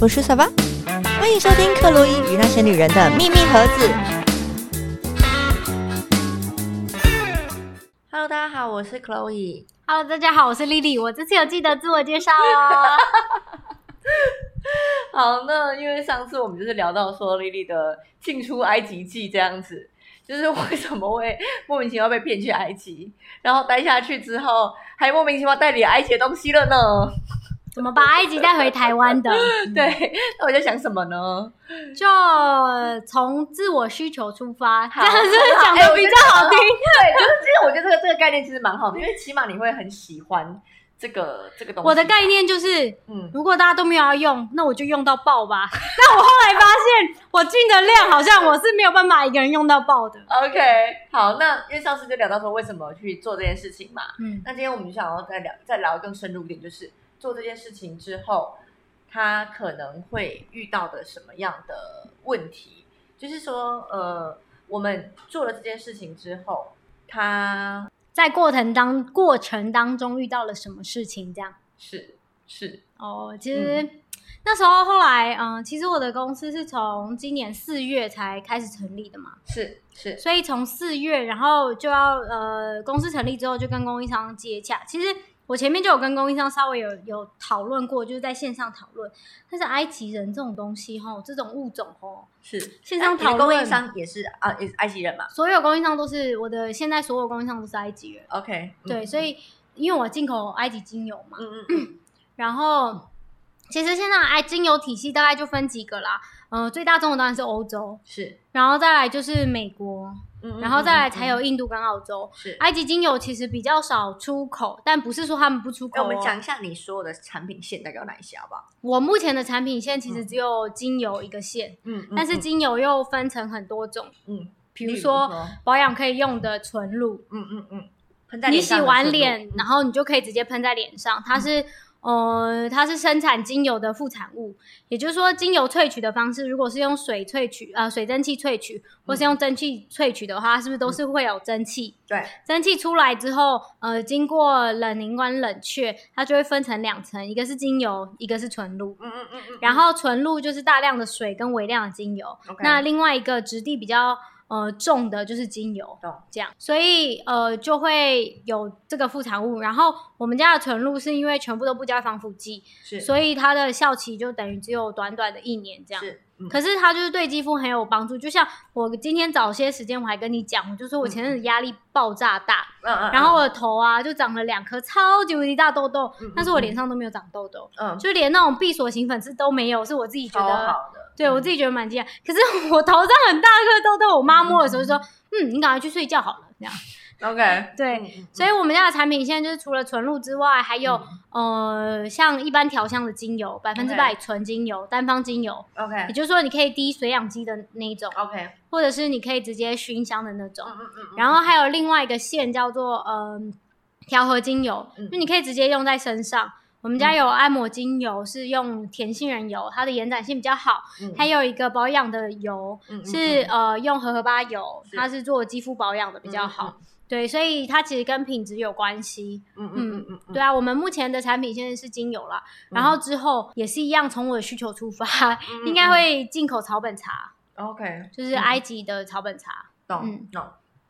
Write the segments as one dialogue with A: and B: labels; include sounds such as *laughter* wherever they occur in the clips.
A: 我是小巴，欢迎收听克洛伊与那些女人的秘密盒子。Hello，大家好，我是 Chloe。
B: Hello，大家好，我是 Lily，我这次有记得自我介绍哦。 *laughs*
A: 好，那因为上次我们就是聊到说 Lily 的进出埃及记这样子，就是为什么会莫名其妙被骗去埃及，然后待下去之后还莫名其妙带你埃及的东西了呢？
B: 怎么把埃及带回台湾的？
A: 对，那我在想什么呢？
B: 就从自我需求出发，这
A: 好
B: 样是不是讲的比较好哎听？
A: 对，就是其实我觉得这个这个概念其实蛮好的，因为起码你会很喜欢这个这个东西。
B: 我的概念就是，
A: 嗯，
B: 如果大家都没有要用，那我就用到爆 *laughs* 吧。但我后来发现，我进的量好像我是没有办法一个人用到爆的。
A: OK，好，那因为上次就聊到说为什么去做这件事情嘛，
B: 嗯，
A: 那今天我们就想要再聊再聊更深入一点，就是做这件事情之后，他可能会遇到的什么样的问题？就是说，呃，我们做了这件事情之后，他
B: 在过程当过程当中遇到了什么事情？这样
A: 是是
B: 哦，其实。那时候后来，嗯，其实我的公司是从今年四月才开始成立的嘛，
A: 是是，
B: 所以从四月，然后就要呃，公司成立之后就跟供应商接洽。其实我前面就有跟供应商稍微有有讨论过，就是在线上讨论。但是埃及人这种东西吼，这种物种吼，
A: 是
B: 线
A: 哎
B: 上
A: 你的
B: 讨
A: 供应
B: 论
A: 商也是啊，也是埃及人嘛
B: 所有供应商都是我的，现在所有供应商都是埃及人。
A: ？OK，嗯
B: 对，所以因为我进口埃及精油嘛，
A: 嗯嗯嗯，
B: 然后其实现在埃精油体系大概就分几个啦。嗯、最大宗的当然是欧洲，
A: 是，
B: 然后再来就是美国，
A: 嗯
B: 然后再来才有啊
A: 嗯嗯
B: 印度跟澳
A: 嗯
B: 洲。
A: 是。
B: 埃及精油其实比较少出口，但不是说他们不出口、
A: 那
B: 哦。
A: 我们讲一下你所有的产品线大概有哪一些，好不好？
B: 我目前的产品线其实只有精油一个线，
A: 嗯
B: 但是精油又分成很多种，
A: 嗯，
B: 比如说保养可以用的纯露，
A: 嗯嗯嗯，喷在
B: 你
A: 脸
B: 洗
A: 上的嗯
B: 完
A: 速度
B: 脸，然后你就可以直接喷在脸上，
A: 嗯
B: 它是。呃，它是生产精油的副产物，也就是说，精油萃取的方式，如果是用水萃取，呃，水蒸气萃取，或
A: 嗯
B: 是用蒸汽萃取的话，它是不是都是会有蒸汽？
A: 对，
B: 蒸汽出来之后，呃，经过冷凝管冷却，它就会分成两层，一个是精油，一个是纯露。
A: 嗯嗯嗯嗯，
B: 然后纯露就是大量的水跟微量的精油
A: OK
B: 那另外一个质地比较呃重的就是精油，
A: 懂
B: 这样，所以呃就会有这个副产物。然后我们家的纯露是因为全部都不加防腐剂，
A: 是
B: 所以它的效期就等于只有短短的一年这样。
A: 是嗯
B: 可是它就是对肌肤很有帮助。就像我今天早些时间我还跟你讲，我就说我前阵子压力爆炸大，
A: 嗯嗯，
B: 然后我的头啊就长了两颗超级无敌大痘痘
A: 嗯嗯，
B: 但是我脸上都没有长痘痘，
A: 嗯
B: 就连那种闭锁型粉刺都没有，是我自己觉
A: 超
B: 得，
A: 好的，
B: 对我自己觉得蛮惊讶。可是我头上很大颗痘痘，我妈摸的时候就说：“嗯，你赶快去睡觉好了。”这样，
A: 己 OK，
B: 对
A: 嗯，嗯嗯
B: 所以我们家的产品现在就是除了纯露之外，还有
A: 嗯
B: 呃像一般调香的精油，百分之百纯精油、单方精油，
A: OK
B: 也就是说你可以滴水养机的那一种，
A: OK，
B: 或者是你可以直接熏香的那种
A: 嗯。嗯嗯，
B: 然后还有另外一个线叫做嗯调和精油
A: 嗯，
B: 就你可以直接用在身上。我们家有按摩精油，是用甜杏仁油，它的延展性比较好。
A: 嗯
B: 还有一个保养的油
A: 嗯嗯
B: 是
A: 嗯
B: 呃用荷荷巴油，
A: 是
B: 它是做肌肤保养的比较好。对，所以它其实跟品质有关系。
A: 嗯嗯嗯嗯，
B: 对啊，我们目前的产品现在是精油啦，然后之后也是一样，从我的需求出发，
A: 嗯
B: 应该会进口草本茶，
A: 嗯 OK，
B: 就是埃及的草本茶，
A: 懂
B: 嗯
A: 懂，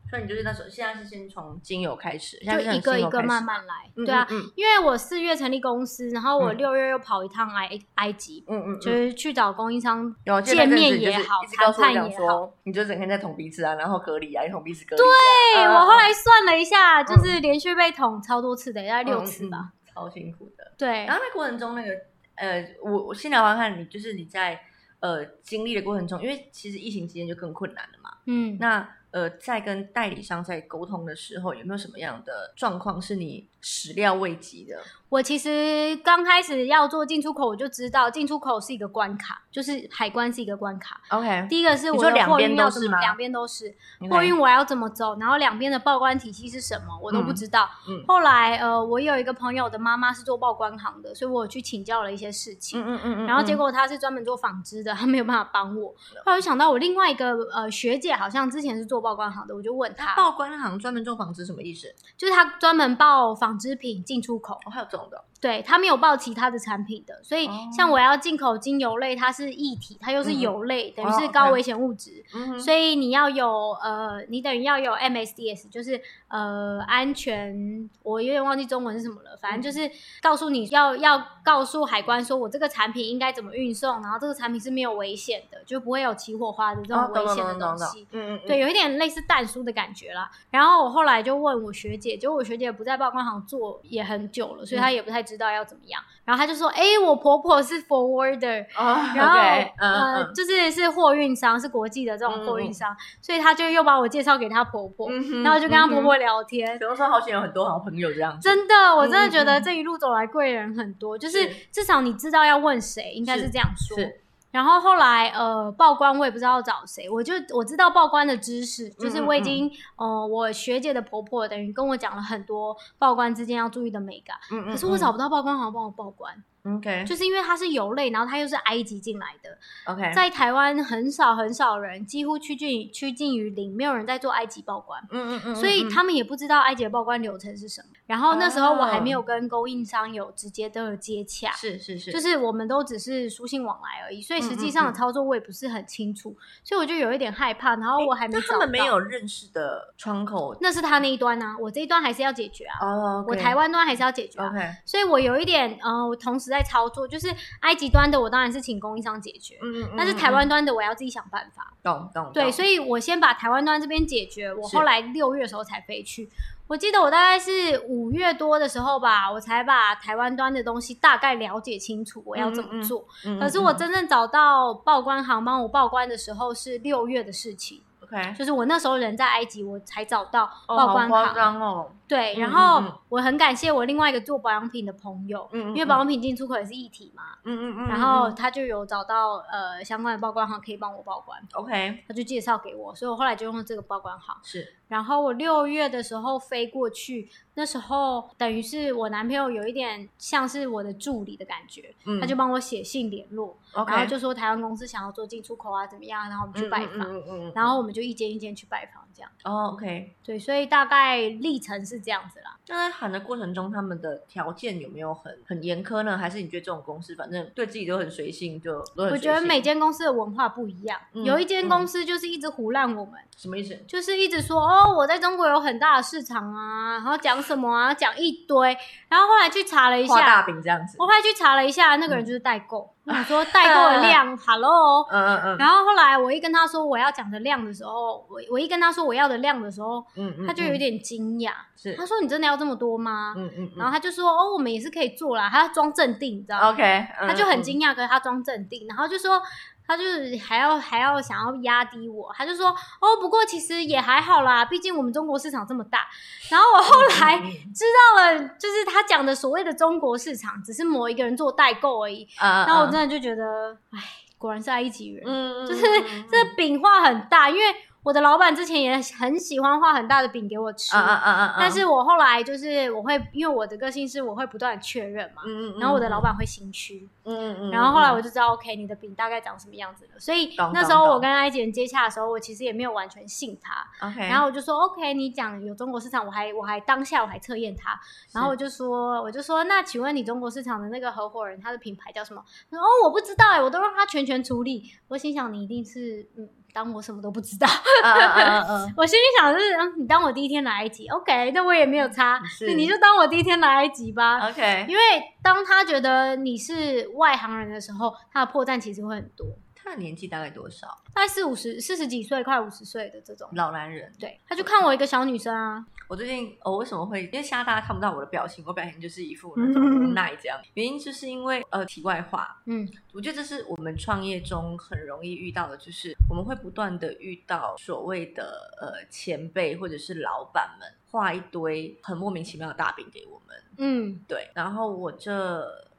A: 所以你就是那时候现在是先从精油开始，现
B: 就
A: 在是
B: 一
A: 从
B: 个
A: 精
B: 一
A: 油
B: 个
A: 开始
B: 慢，慢来。
A: 嗯
B: 对啊，
A: 嗯嗯
B: 因为我四月成立公司，然后我
A: 嗯
B: 六月又跑一趟埃埃及，
A: 嗯嗯
B: 就
A: 嗯。
B: 是去找供应商
A: 有
B: 见面也好，
A: 告
B: 谈
A: 诉我
B: 判
A: 讲
B: 也好。
A: 说，你就整天在捅鼻子啊，然后隔离啊，捅鼻子隔离啊。
B: 对，
A: 嗯
B: 我后来算了一下，就是连续被捅超多次的，大概
A: 嗯
B: 六次
A: 嗯
B: 吧。
A: 嗯啊超辛苦的。
B: 对
A: 然，后那过程中，那个呃，我我先聊完看你，就是你在呃经历的过程中，因为其实疫情期间就更困难了嘛。
B: 嗯，
A: 那呃，在跟代理商在沟通的时候，有没有什么样的状况是你始料未及的？
B: 我其实刚开始要做进出口，我就知道进出口是一个关卡，就是海关是一个关卡。
A: OK，
B: 第一个
A: 你
B: 是我
A: 说
B: 的
A: 两
B: 货
A: 边
B: 运
A: 都
B: 要
A: 是
B: 怎么，
A: 吗
B: 两边都是货运我要怎么走，然后两边的报关体系是什么，我都不
A: 嗯
B: 知道。
A: 嗯
B: 后来呃，我有一个朋友的妈妈是做报关行的，所以我有去请教了一些事
A: 嗯
B: 情。
A: 嗯嗯嗯，
B: 然后结
A: 果
B: 果她是专门做纺织的，她没有办法帮我。后来我想到我另外一个呃学姐好像之前是做报关行的，我就问她，
A: 报关行专门做纺织什么意思？
B: 就是她专门报纺织品进出口。
A: 哦，还有这种种的，
B: 对，它没有报其他的产品的，所以
A: 哦
B: 像我要进口精油类，它是液体，它又是
A: 嗯
B: 油类，等于
A: 哦
B: 是高
A: ，OK
B: 危险物质，
A: 嗯
B: 所以你要有呃，你等于要有 MSDS，就是呃安全，我有点忘记中文是什么了，反
A: 嗯
B: 正就是告诉你要要告诉海关说我这个产品应该怎么运送，然后这个产品是没有危险的，就不会有起火花的这
A: 哦
B: 种危险的东西。
A: 嗯嗯嗯，
B: 对，有一点类似蛋书的感觉啦。然后我后来就问我学姐，结果我学姐不在报关行做也很久
A: 嗯
B: 了，所以她也不太知道要怎么样。然后她就说：“哎、我婆婆是 forwarder，
A: 啊，
B: 然后
A: OK，嗯
B: 呃，
A: 嗯
B: 就是是货运商，是国际的这种货
A: 嗯嗯
B: 运
A: 嗯
B: 商，所以她就又把我介绍给她婆婆，
A: 嗯哼
B: 然后就跟她婆婆
A: 嗯
B: 聊天
A: 哼，。比如说好险有很多好朋友这样子，
B: 真的，我真的觉
A: 嗯嗯
B: 得
A: 嗯
B: 这一路走来贵人很多，就是
A: 是
B: 至少你知道要问谁，应该
A: 是
B: 是这样说。
A: 是
B: 然后后来呃报关我也不知道找谁，我就我知道报关的知识，就是
A: 嗯
B: 我已经呃我学姐的婆婆等于跟我讲了很多报关之间要注意的美感，
A: 嗯嗯，
B: 可是我找不到报关好帮我报关，
A: 嗯 OK
B: 就是因为它是油类，然后它又是埃及进来的，
A: OK，
B: 在台湾很少很少人，几乎趋近趋近于零，没有人在做埃及报关。
A: 嗯嗯嗯，
B: 所以
A: 嗯
B: 他们也不知道埃及的报关流程是什么。然后那时候我还没
A: 哦
B: 有跟供应商有直接的接洽，
A: 是是是，
B: 就是我们都只是书信往来而已，所以实际
A: 嗯
B: 上
A: 嗯
B: 的操作我也不是很清楚，所以我就有一点害怕。然后我还没
A: 那
B: 找
A: 他
B: 到，
A: 们没有认识的窗口
B: 那是他那一端呢、我这一端还是要解决啊，
A: 哦，
B: 我台湾端还是要解决啊。
A: OK，
B: 所以我有一点，呃，我同时在操作，就是埃及端的我当然是请供应商解决，
A: 嗯嗯，
B: 但是
A: 嗯
B: 台湾端的我要自己想办法。
A: 懂懂，
B: 对，
A: 懂
B: 所以我先把台湾端这边解决，我
A: 是
B: 后来六月的时候才飞去。我记得我大概是五月多的时候吧，我才把台湾端的东西大概了解清楚，我要怎
A: 嗯嗯
B: 么做。
A: 嗯
B: 可是
A: 嗯
B: 我
A: 嗯
B: 真正找到报关行帮我报关的时候是六月的事情，
A: OK，
B: 就是我那时候人在埃及，我才找到
A: 哦
B: 报
A: 好
B: 关
A: 夸
B: 行。
A: 张哦，
B: 对，
A: 嗯嗯
B: 然
A: 嗯
B: 后我很感谢我另外一个做保养品的朋友，
A: 嗯嗯
B: 因为
A: 嗯
B: 保养品进出口也是一体嘛，
A: 嗯嗯嗯，
B: 然后
A: 嗯
B: 他就有找到呃相关的报关行可以帮我报关。
A: OK
B: 他就介绍给我，所以我后来就用了这个报关行。
A: 是
B: 然后我六月的时候飞过去，那时候等于是我男朋友有一点像是我的助理的感觉，
A: 嗯
B: 他就帮我写信联络，然后
A: OK
B: 就说台湾公司想要做进出口啊，怎么样，然后我们去
A: 嗯
B: 拜
A: 嗯
B: 访，
A: 嗯嗯嗯，
B: 然后我们就一间一间去拜访，这样
A: 哦 OK，
B: 对，所以大概历程是这样子啦。
A: 那在喊的过程中，他们的条件有没有很很严苛呢？还是你觉得这种公司反正对自己都很随性，就都很
B: 我
A: 随
B: 觉得
A: 性
B: 每间公司的文化不一样，
A: 嗯
B: 有一间
A: 嗯
B: 公司就是一直胡乱我们，
A: 什么意思？
B: 就是一直说哦，我在中国有很大的市场啊，然后讲什么啊，讲一堆，然后后来去查了一
A: 画大
B: 下，
A: 饼这样子
B: 我，后来去查了一下，那个人就是代购，我想说代购的
A: *laughs*
B: 量，hello。
A: 嗯嗯嗯，
B: 然后后来我一跟他说我要讲的量的时候，我我一跟他说我要的量的时候，
A: 嗯嗯，
B: 他就有
A: 嗯
B: 点惊讶，
A: 是
B: 他，说你真的要这么多吗？
A: 嗯嗯，
B: 然后他就说哦，我们也是可以做啦，他装镇定，你知道吗？
A: OK，嗯
B: 他就很
A: 嗯
B: 惊讶，可是他装镇定，然后就说，他就是还要还要想要压低我，他就说，哦，不过其实也还好啦，毕竟我们中国市场这么大。然后我后来
A: 嗯嗯
B: 知道了，就是他讲的所谓的中国市场，只是某一个人做代购而已。
A: 啊，
B: 然后我
A: 的
B: 真的就觉得，哎，果然是埃及人，
A: 嗯，
B: 就是
A: 嗯
B: *laughs* 这饼画很大，因为我的老板之前也很喜欢画很大的饼给我吃。
A: 啊啊啊啊，
B: 但是我后来就是我会，因为我的个性是我会不断地确认嘛，
A: 嗯，嗯嗯，
B: 然后我的老板会心虚，
A: 嗯，嗯嗯，
B: 然后后来我就知道，OK，你的饼大概长什么样子了。所以
A: 懂
B: 那时候我跟埃及人接洽的时候，我其实也没有完全信他。
A: OK，
B: 然后我就说，OK，你讲有中国市场，我还我还当下我还测验他。然后我就说，我就说，那请问你中国市场的那个合伙人，他的品牌叫什么？他说哦，我不知道哎、我都让他全权处理。我心想，你一定是嗯，当我什么都不知道。 *laughs*
A: 啊啊啊啊，
B: 我心里想的是，嗯，你当我第一天来埃及，OK，那我也没有差，
A: 嗯是
B: 那你就当我第一天来埃及吧。 *laughs*
A: 啊 OK，
B: 因为当他觉得你是外行人的时候，他的破绽其实会很多，
A: 他的年纪大概多少？
B: 大概四五十、四十几岁、快五十岁的这种。
A: 老男人。
B: 对，他就看我一个小女生啊，
A: 我最近我、哦为什么会？因为现在大家看不到我的表情，我表情就是一副那种无奈这样。原因就是因为呃，题外话，
B: 嗯，
A: 我觉得这是我们创业中很容易遇到的，就是我们会不断的遇到所谓的呃前辈或者是老板们画一堆很莫名其妙的大饼给我们。
B: 嗯
A: 对，然后我这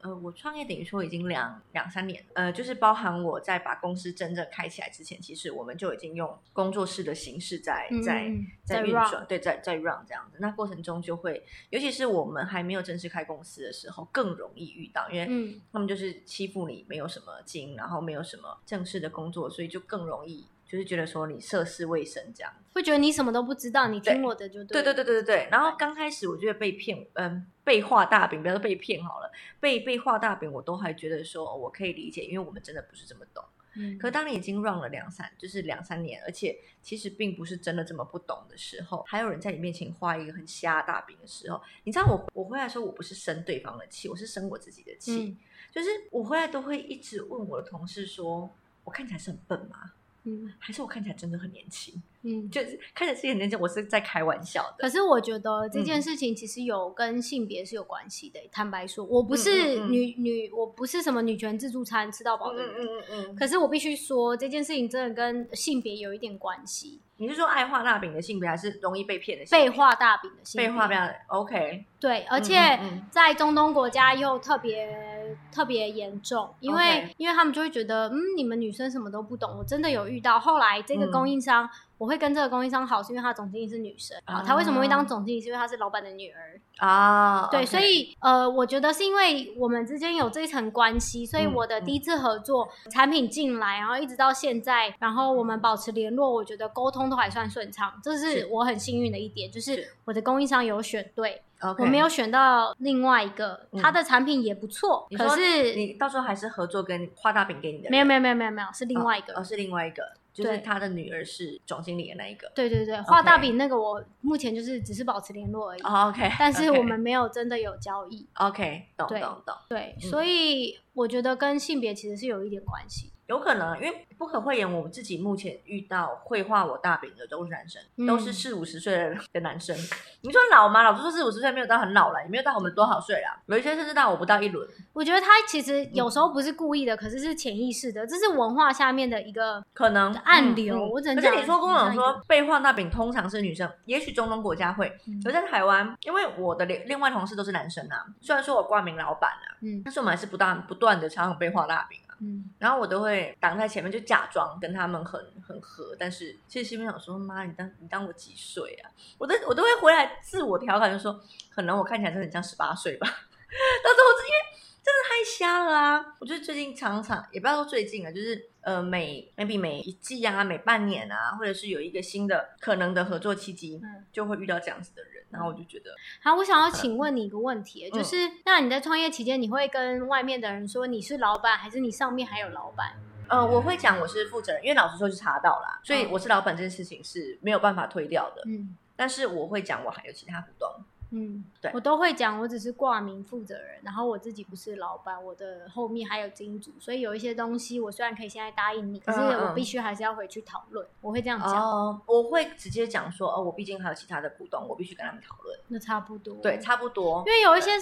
A: 呃，我创业等于说已经两两三年，呃，就是包含我在把公司真正开起来之前，其实我们就已经用工作室的形式在
B: 嗯，
A: 在
B: 嗯
A: 在运
B: run
A: 转，对，在在 run 这样子。那过程中就会，尤其是我们还没有正式开公司的时候，更容易遇到，因为
B: 嗯
A: 他们就是欺负你没有什么经，然后没有什么正式的工作，所以就更容易。就是觉得说你涉世未深这样。
B: 会觉得你什么都不知道，你听我的就
A: 对
B: 对
A: 对对对对对。然后刚开始我觉得被骗，嗯，被画大饼，不要说被骗好了，被被画大饼我都还觉得说、哦我可以理解，因为我们真的不是这么懂。
B: 嗯
A: 可当你已经 run 了两三，就是两三年，而且其实并不是真的这么不懂的时候，还有人在你面前画一个很瞎的大饼的时候，你知道我我回来的时候，我不是生对方的气，我是生我自己的气，
B: 嗯
A: 就是我回来都会一直问我的同事说，我看起来是很笨吗？
B: 嗯
A: 还是我看起来真的很年轻？
B: 嗯。
A: 就是看起来自己很年轻，我是在开玩笑的。
B: 可是我觉得这
A: 嗯
B: 件事情其实有跟性别是有关系的。坦白说，我不是
A: 嗯嗯嗯
B: 女、女，我不是什么女权自助餐吃到饱的人。
A: 嗯嗯
B: 可是我必须说，这件事情真的跟性别有一点关系，
A: 你是说爱画大饼的性别，还是容易被骗的性别？
B: 被画大饼的性别。
A: 被画大饼，OK，
B: 对，而
A: 嗯
B: 且
A: 嗯
B: 在中东国家又特别特别严重，因为
A: OK
B: 因为他们就会觉得，嗯，你们女生什么都不懂。我真的有遇到，后来这个
A: 嗯
B: 供应商，我会跟这个供应商好，是因为他总经理是女生，好，他为什么会
A: 啊
B: 当总经理，是因为他是老板的女儿。
A: 啊，
B: 对
A: OK
B: 所以呃，我觉得是因为我们之间有这一层关系，所以
A: 嗯
B: 我的
A: 嗯
B: 第一次合作、产品进来，然后一直到现在，然后我们保持联络，我觉得沟通都还算顺畅，这是
A: 是
B: 我很幸运的一点，就是
A: 是
B: 我的供应商有选对
A: OK，
B: 我没有选到另外一个，
A: 嗯
B: 他的产品也不错，
A: 你
B: 可
A: 说
B: 是
A: 你到时候还是合作跟画大饼给你的人，
B: 没有没有没有没有没有是另外一个。
A: 哦，是另外一个，就是
B: 对
A: 他的女儿是总经理的那一个。
B: 对对对，画大
A: OK
B: 饼那个我目前就是只是保持联络而已
A: 哦 OK，
B: *laughs* 但是
A: OK
B: 我们没有真的有交易。
A: OK 懂
B: 对
A: 懂懂，
B: 对，
A: 嗯
B: 所以我觉得跟性别其实是有一点关系。
A: 有可能，因为不可讳言，我们自己目前遇到会画我大饼的都是男生，都是
B: 嗯
A: 四五十岁的的男生。你说老吗？老实说四五十岁没有到很老了，也没有到我们多少岁啦，有一些甚至到我不到一轮。
B: 我觉得他其实有时候不是故意的，可是是潜意识的，这是文化下面的一个
A: 可能嗯
B: 暗流我只能
A: 可是
B: 讲
A: 你说跟我
B: 很
A: 讲
B: 像一
A: 说被画大饼通常是女生，也许中东国家会，
B: 嗯
A: 可是在台湾，因为我的另另外同事都是男生啊，虽然说我挂名老板啊，
B: 嗯
A: 但是我们还是不断不断的常常被画大饼啊。
B: 嗯
A: 然后我都会挡在前面，就假装跟他们很很合，但是其实心里想说：“妈，你当你当我几岁啊？”我都我都会回来自我调侃，就说：“可能我看起来真的很像十八岁吧。” *laughs* 但是我因为真的太瞎了啊！我就最近常常也不要说最近啊，就是呃每 maybe 每一季啊、每半年啊，或者是有一个新的可能的合作契机，
B: 嗯。
A: 就会遇到这样子的人，然后我就觉得
B: 好，我想要请问你一个问题，
A: 嗯
B: 就是那你在创业期间，你会跟外面的人说你是老板，还是你上面还有老板？
A: 呃，我会讲我是负责人，因为老实说是查到啦，所以
B: 嗯
A: 我是老板这件事情是没有办法推掉的。
B: 嗯
A: 但是我会讲我还有其他股东，
B: 嗯，
A: 对
B: 我都会讲，我只是挂名负责人，然后我自己不是老板，我的后面还有金主，所以有一些东西我虽然可以现在答应你，可是
A: 嗯嗯
B: 我必须还是要回去讨论，我会这样讲。
A: 哦，我会直接讲说，哦，我毕竟还有其他的股东，我必须跟他们讨论。
B: 那差不多。
A: 对，差不多
B: 嗯因。为有一些，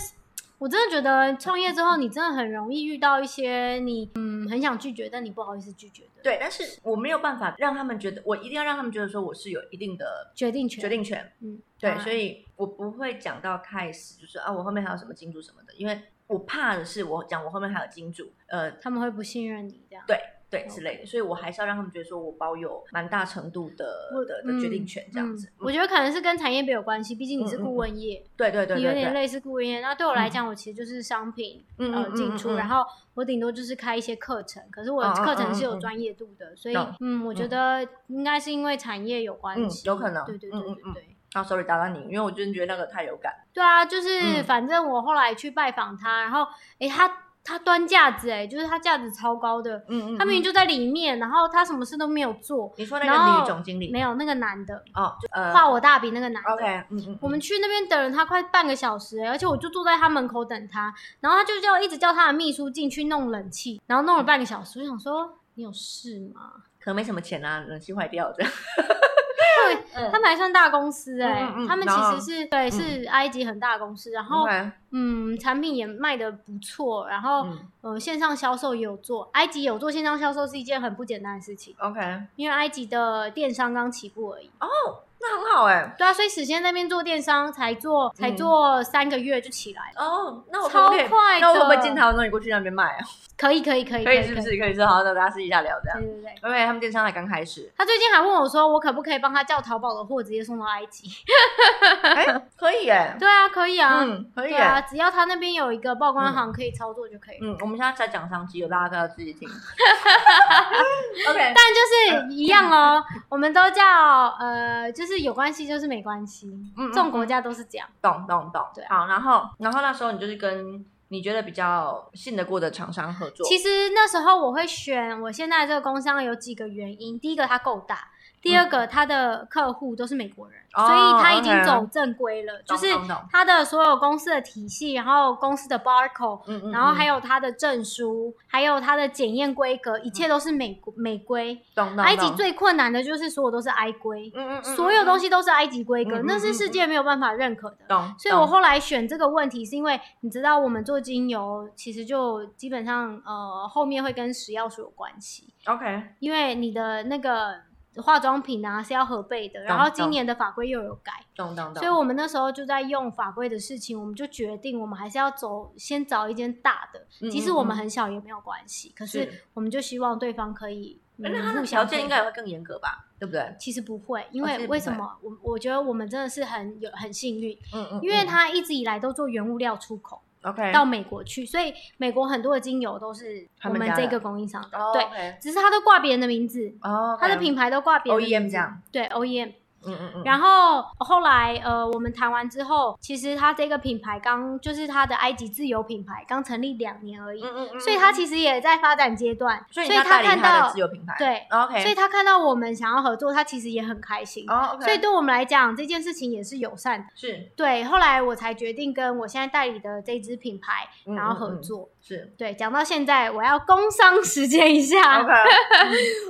B: 我真的觉得创业之后，你真的很容易遇到一些你嗯很想拒绝，但你不好意思拒绝的
A: 对，但是我没有办法让他们觉得，我一定要让他们觉得说我是有一定的
B: 决定权。
A: 决，定权。
B: 嗯，
A: 对，
B: 当然
A: 所以我不会讲到太死，就是啊，我后面还有什么金主什么的，因为我怕的是我讲我后面还有金主，呃，
B: 他们会不信任你这样。
A: 对对
B: 哦
A: 之类的，所以我还是要让他们觉得说我保有蛮大程度的
B: 我
A: 的的决定权这样子
B: 嗯。我觉得可能是跟产业别有关系，毕竟你是
A: 嗯嗯
B: 顾问业，
A: 对对对
B: 你有
A: 对
B: 点
A: 对，
B: 类似顾问业。那对我来讲，我其实就是商品
A: 嗯
B: 呃进出，然
A: 后
B: 后我顶多就是开一些课程，可是我的
A: 嗯嗯
B: 课程是
A: 嗯
B: 有
A: 嗯
B: 专业度的，所以
A: 懂
B: 嗯，我觉得应该是因为产业有关
A: 嗯
B: 系，
A: 有可能
B: 对对
A: 嗯
B: 对
A: 嗯
B: 对
A: 嗯
B: 对。
A: 啊，sorry 打断你，因为我真的觉得那个太有感。
B: 对啊，就是
A: 嗯
B: 反正我后来去拜访他，然后诶，他他端架子诶，就是他架子超高的，
A: 嗯嗯，
B: 他
A: 嗯
B: 明明就在里面，然后他什么事都没有做，
A: 你说那
B: 然
A: 个
B: 后
A: 女总经理
B: 没有那个男的
A: 哦，就呃
B: 画我大饼那个男的。
A: OK，嗯嗯嗯，
B: 我们去那边等了他快半个小时、诶而且我就坐在他门口等他，然后他就叫一直叫他的秘书进去弄冷气，然后弄了半个小时，我想说你有事吗？
A: 可能没什么钱啊，冷气坏掉
B: *laughs*
A: 这样。
B: 对，
A: 嗯
B: 他们还算大公司诶，
A: 嗯嗯嗯
B: 他们
A: 然后
B: 其实是对是埃及很大的公司，然后
A: OK，
B: 嗯，产品也卖的不错，然后、
A: 嗯
B: 呃，线上销售也有做，埃及有做线上销售是一件很不简单的事情，
A: ，OK，
B: 因为埃及的电商刚起步而已。
A: 哦，那很好哎、
B: 对啊，所以史先那边做电商才做
A: 嗯
B: 才做三个月就起来了，
A: 哦，那我
B: 超
A: 可不可以
B: 快
A: 那我会不会
B: 的
A: 进台湾终于过去那边卖啊？
B: 可以可以可以
A: 可以是不是？可以是好，那大家私底下聊这样
B: 对。对对。
A: 因为他们电商才刚开
B: *laughs*
A: 始，
B: 他最近还问我说，我可不可以帮他叫淘宝的货直接送到埃及？ *laughs*
A: 哎、可以哎、
B: 对啊，可以啊，
A: 嗯，可以
B: 对
A: 哎、
B: 啊，只要他那边有一个报关行可以操作就可以了。
A: 嗯，我们现在在讲商机，有大家都要自
B: *laughs*
A: 己听。OK，
B: 但
A: 嗯
B: 就是一样哦，我们都叫呃，就是有关系就是没关系，
A: 嗯
B: 这种国家都是这样。
A: 懂懂懂，
B: 对啊
A: 好，然后然后那时候你就是跟你觉得比较信得过的厂商合作，
B: 其实那时候我会选我现在这个工商有几个原因，第一个它够大，第二个它的客户都是美国人，
A: 嗯哦
B: 所以它已经
A: OK
B: 走正规了，就
A: 懂
B: 是
A: 懂懂
B: 它的所有公司的体系，然后公司的 barcode。
A: 嗯
B: 然后还
A: 有
B: 有它的证书，还有它的检验规格，一切都是美国美规。
A: 嗯懂懂，
B: 埃及
A: 懂
B: 最困难的就是所有都是埃规，
A: 嗯嗯嗯，
B: 所有东
A: 西
B: 西都是埃及规格，
A: 嗯嗯
B: 那
A: 嗯
B: 是世界没有办法认可的。
A: 懂，
B: 所以我
A: 懂
B: 后来选这个问题，是因为你知道我们做精油，其实就基本上呃后面会跟食药署有关系，
A: OK
B: 因为你的那个化妆品啊是要核备的，然
A: 懂
B: 后今
A: 懂
B: 年的法规又有改，
A: 懂懂懂，
B: 所以我们那时候就在用法规的事情，我们就决定我们还是要走先找一间大的，
A: 嗯
B: 即
A: 嗯
B: 使我
A: 嗯
B: 们很小也没有关系，可是
A: 是
B: 我们就希望对方可以
A: 哎
B: 嗯
A: 那它
B: 互
A: 的
B: 相
A: 条
B: 配
A: 件应
B: 合
A: 该也会更严格吧，对不对？
B: 其实不会，因
A: 哦其实
B: 为
A: 不
B: 为什
A: 会
B: 么？我我觉得我们真的是很有很幸运，
A: 嗯嗯，
B: 因为
A: 嗯
B: 它一直以来都做原物料出口
A: OK
B: 到美国去，所以美国很多的精油都是
A: 他
B: 我
A: 们
B: 们
A: 家的
B: 这个供应商的，
A: 哦
B: 对，
A: OK
B: 只是它都挂别人的名字，
A: 哦，
B: 它的品牌都挂别人的
A: OEM
B: 名字
A: E 这样，
B: 对 OEM。
A: 嗯嗯嗯，
B: 然后后来呃，我们谈完之后，其实它这个品牌刚就是它的埃及自由品牌刚成立两年而已，
A: 嗯嗯嗯，
B: 所以它其实也在发展阶段，
A: 所
B: 所
A: 以
B: 以
A: 你要带领
B: 看
A: 它
B: 到
A: 的自有品牌，
B: 对。
A: ，OK，
B: 所以他看到我们想要合作，他其实也很开心。
A: 哦 OK，
B: 所以对我们来讲，这件事情也是友善的。
A: 是，
B: 对，后来我才决定跟我现在代理的这支品牌，
A: 嗯
B: 然后
A: 嗯
B: 合
A: 嗯
B: 作。
A: 是
B: 对，讲到现在，我要工商实践一下。 *laughs*
A: OK，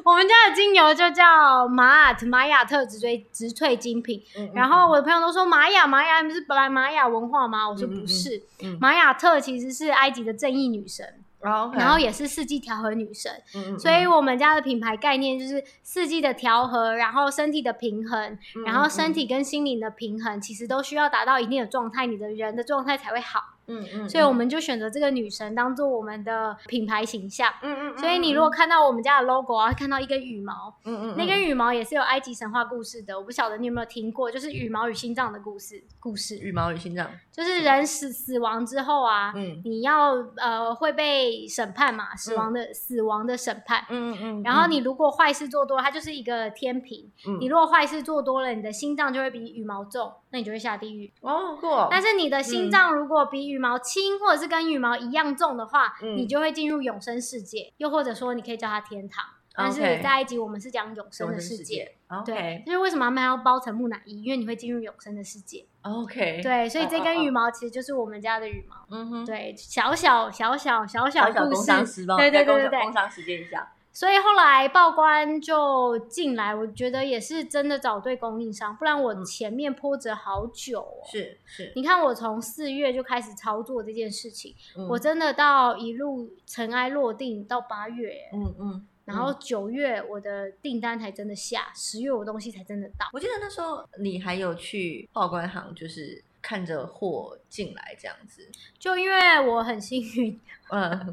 B: 我们家的精油就叫玛雅特玛雅特植萃植萃精品。
A: 嗯嗯
B: 然后我的朋友都说玛雅玛雅，你不是本来玛雅文化吗？我说
A: 嗯嗯嗯
B: 不是，
A: 嗯
B: 玛雅特其实是埃及的正义女神，
A: 然后
B: 然后也是四季调和女神。
A: 嗯嗯
B: 所以我们家的品牌概念就是四季的调和，然后身体的平衡，
A: 嗯
B: 然后身
A: 嗯
B: 体跟心灵的平衡，其实都需要达到一定的状态，你的人的状态才会好。
A: 嗯嗯，
B: 所以我们就选择这个女神当做我们的品牌形象。
A: 嗯嗯，
B: 所以你如果看到我们家的 logo 啊，会看到一根羽毛，
A: 嗯嗯
B: 那根羽毛也是有埃及神话故事的。我不晓得你有没有听过，就是羽毛与心脏的故事。故事
A: 羽毛与心脏，
B: 就是人死死亡之后啊，
A: 嗯
B: 你要呃会被审判嘛，死亡的、死亡的审判。
A: 嗯嗯，
B: 然后你如果坏事做多了，它就是一个天平。
A: 嗯
B: 你如果坏事做多了，你的心脏就会比羽毛重，那你就会下地狱。
A: 哦过，
B: 但是你的心脏如果比羽毛轻，或者是跟羽毛一样重的话，
A: 嗯
B: 你就会进入永生世界，又或者说你可以叫它天堂。但是
A: OK
B: 在埃及，我们是讲永生
A: 中
B: 的
A: 的
B: 世界。
A: 界，OK
B: 对，就是为什么他们还要包成木乃伊，因为你会进入永生的世界。
A: OK，，
B: 对，所以这
A: 哦哦
B: 根
A: 哦
B: 羽毛其实就是我们家的羽毛。
A: 嗯哼，
B: 对，小小小小小小
A: 小
B: 故
A: 工
B: 事，
A: 商时报，
B: 对对
A: 工
B: 对对对，
A: 工商时间一下，
B: 所以后来报关就进来，我觉得也是真的找对供应商，不然我前面波折好久哦。
A: 是是，
B: 你看，我从四月就开始操作这件事情，
A: 嗯
B: 我真的到一路尘埃落定到八月，
A: 嗯嗯，
B: 然后九月我的订单才真的下，十月我东西才真的到。
A: 我记得那时候你还有去报关行，就是看着货进来这样子，
B: 就因为我很幸运，
A: *laughs* 嗯，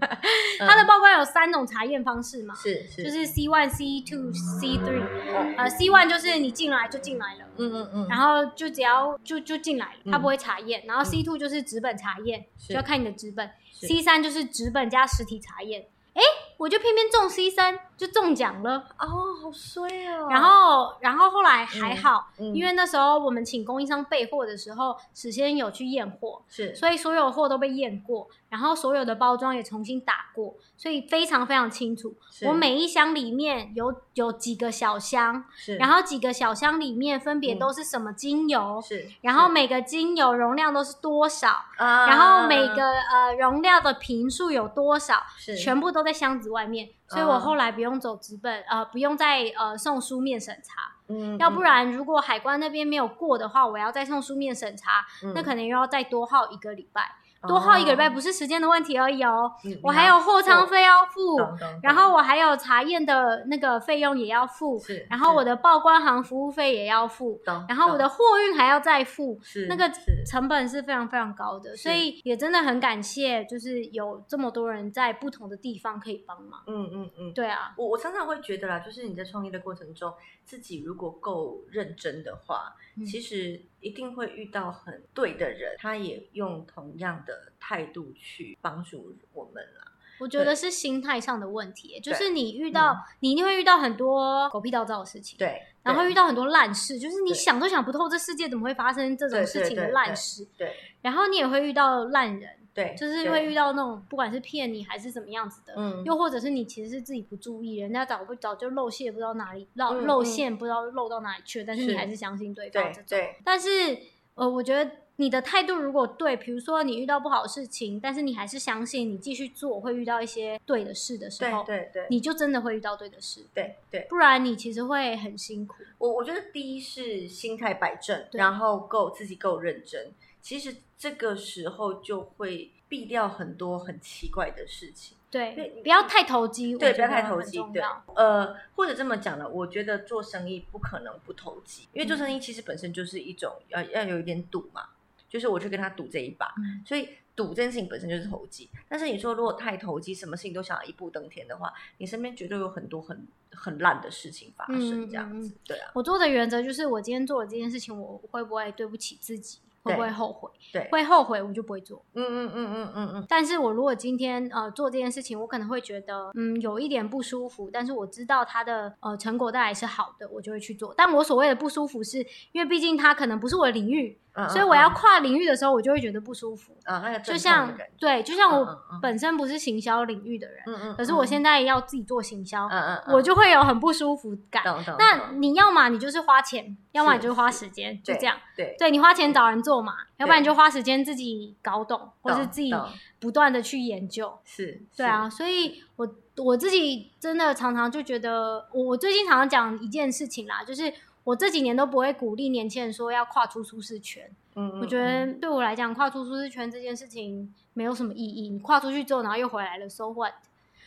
B: 它的报关有三种查验方式嘛，
A: 是是，
B: 就是 C one、C two、C three。
A: 嗯
B: 呃，C one 就是你进来就进来了，
A: 嗯嗯，
B: 然
A: 后
B: 后就只要就就进来了，他
A: 嗯
B: 不会查验。然后
A: 嗯
B: C two 就是纸本查验，
A: 是
B: 就要看你的纸本。
A: 是
B: C 三就是纸本加实体查验。哎，我就偏偏中 C 三，就中奖了。
A: 哦好衰哦，嗯
B: 然后，然后后来还好，因
A: 因
B: 为那时候我们请供应商备货的时候，史先有去验货，
A: 是
B: 所以所有货都被验过，然后所有的包装也重新打过，所以非常非常清楚。
A: 是
B: 我每一箱里面有有几个小箱，
A: 是，
B: 然后几个小箱里面分别
A: 嗯
B: 都是什么精油，
A: 是，
B: 然后每个精油容量都是多少，
A: 啊
B: 然后每个呃容量的瓶数有多少，
A: 是啊
B: 全部都在箱子外面。所以我后来不用走纸本，呃，不用再呃送书面审查，
A: 嗯
B: 要不然如果海关那边没有过的话，我要再送书面审查，
A: 嗯
B: 那可能又要再多耗一个礼拜。多耗一个礼拜
A: 哦
B: 不是时间的问题而已哦，
A: 嗯
B: 我还有货仓费要付，
A: 懂懂懂
B: 然后我还有查验的那个费用也要付，
A: 是，
B: 然后我
A: 的，
B: 的报关行服务费也要付，
A: 懂
B: 然后我的
A: 懂
B: 货运还要再付，
A: 是
B: 那个
A: 是
B: 成本是非常非常高的，
A: 是
B: 所以也真的很感谢，就是有这么多人在不同的地方可以帮忙。
A: 嗯嗯嗯，
B: 对啊，
A: 我我常常会觉得啦，就是你在创业的过程中，自己如果够认真的话，
B: 嗯
A: 其实一定会遇到很对的人，他也用同样的态度去帮助我们啦。
B: 我觉得是心态上的问题，就是你遇
A: 嗯
B: 到你一定会遇到很多狗屁倒灶的事情，，
A: 对，
B: 然后
A: 对
B: 遇到很多烂事，就是你
A: 对
B: 想都想不透这世界怎么会发生这种
A: 对
B: 事
A: 对
B: 情的
A: 对
B: 烂
A: 对
B: 事，
A: 对
B: 然后你也会遇到烂人。
A: 对，
B: 就是
A: 对
B: 会遇到那种不管是骗你还是怎么样子的，
A: 嗯，
B: 又或者是你其实是自己不注意，人家早不早就露馅，不知道哪里漏
A: 嗯
B: 露
A: 嗯
B: 馅，不知道漏到哪里去了，但是
A: 是
B: 你还是相信对方
A: 对
B: 这种。
A: 对
B: 但是呃，我觉得你的态度如果对，比如说你遇到不好的事情，但是你还是相信你继续做会遇到一些对的事的时
A: 对
B: 候，
A: 对对
B: 你就真的会遇到对的事，
A: 对对，
B: 不然你其实会很辛苦。
A: 我我觉得第一是心态摆正，
B: 对
A: 然后够自己够认真。其实这个时候就会避掉很多很奇怪的事情。对
B: 对，
A: 你
B: 不要太投机，我
A: 对，
B: 觉
A: 不要
B: 得
A: 太投
B: 很
A: 机
B: 重。
A: 对
B: 要，
A: 呃，或者这么讲了，我觉得做生意不可能不投机，因为做生意其实本身就是一种要要有一点赌嘛，就是我去跟他赌这一把，
B: 嗯
A: 所以赌这件事情本身就是投机。但是你说如果太投机，什么事情都想要一步登天的话，你身边绝对有很多很很烂的事情发
B: 嗯
A: 生，这样
B: 嗯嗯
A: 子，对啊，
B: 我做的原则就是，我今天做了这件事情，我会不会对不起自己，会不会
A: 对
B: 后悔？
A: 对，
B: 会后悔我就不会做。
A: 嗯嗯嗯嗯嗯嗯，
B: 但是我如果今天呃做这件事情，我可能会觉得嗯有一点不舒服，但是我知道它的呃成果带来是好的，我就会去做。但我所谓的不舒服是，因为毕竟它可能不是我的领域，
A: 嗯
B: 所以我要
A: 嗯
B: 跨领域的时候，我就会觉得不舒服。
A: 嗯啊那个阵
B: 就
A: 痛的
B: 像
A: 感觉
B: 对，就像
A: 嗯
B: 我
A: 嗯嗯
B: 本身不是行销领域的人，
A: 嗯嗯，
B: 可是我
A: 嗯
B: 现在要自己做行销，
A: 嗯嗯，嗯
B: 我就会有很不舒服感。
A: 懂懂，
B: 那
A: 懂
B: 你要嘛你就是花钱，要么
A: 是
B: 你就是花时间，就
A: 对
B: 这样。
A: 对
B: 对你花钱找人做嘛，要不然你
A: 对
B: 就花时间自己搞懂，或是
A: 懂
B: 自己
A: 懂
B: 不断的去研究。
A: 是，
B: 对
A: 是
B: 啊，，所以我我自己真的常常就觉得，我我最近常常讲一件事情啦，就是我这几年都不会鼓励年轻人说要跨出舒适圈。
A: 嗯，嗯
B: 我觉
A: 嗯
B: 得对我来讲，跨出舒适圈这件事情没有什么意义。你跨出去之后，然后又回来了，so what？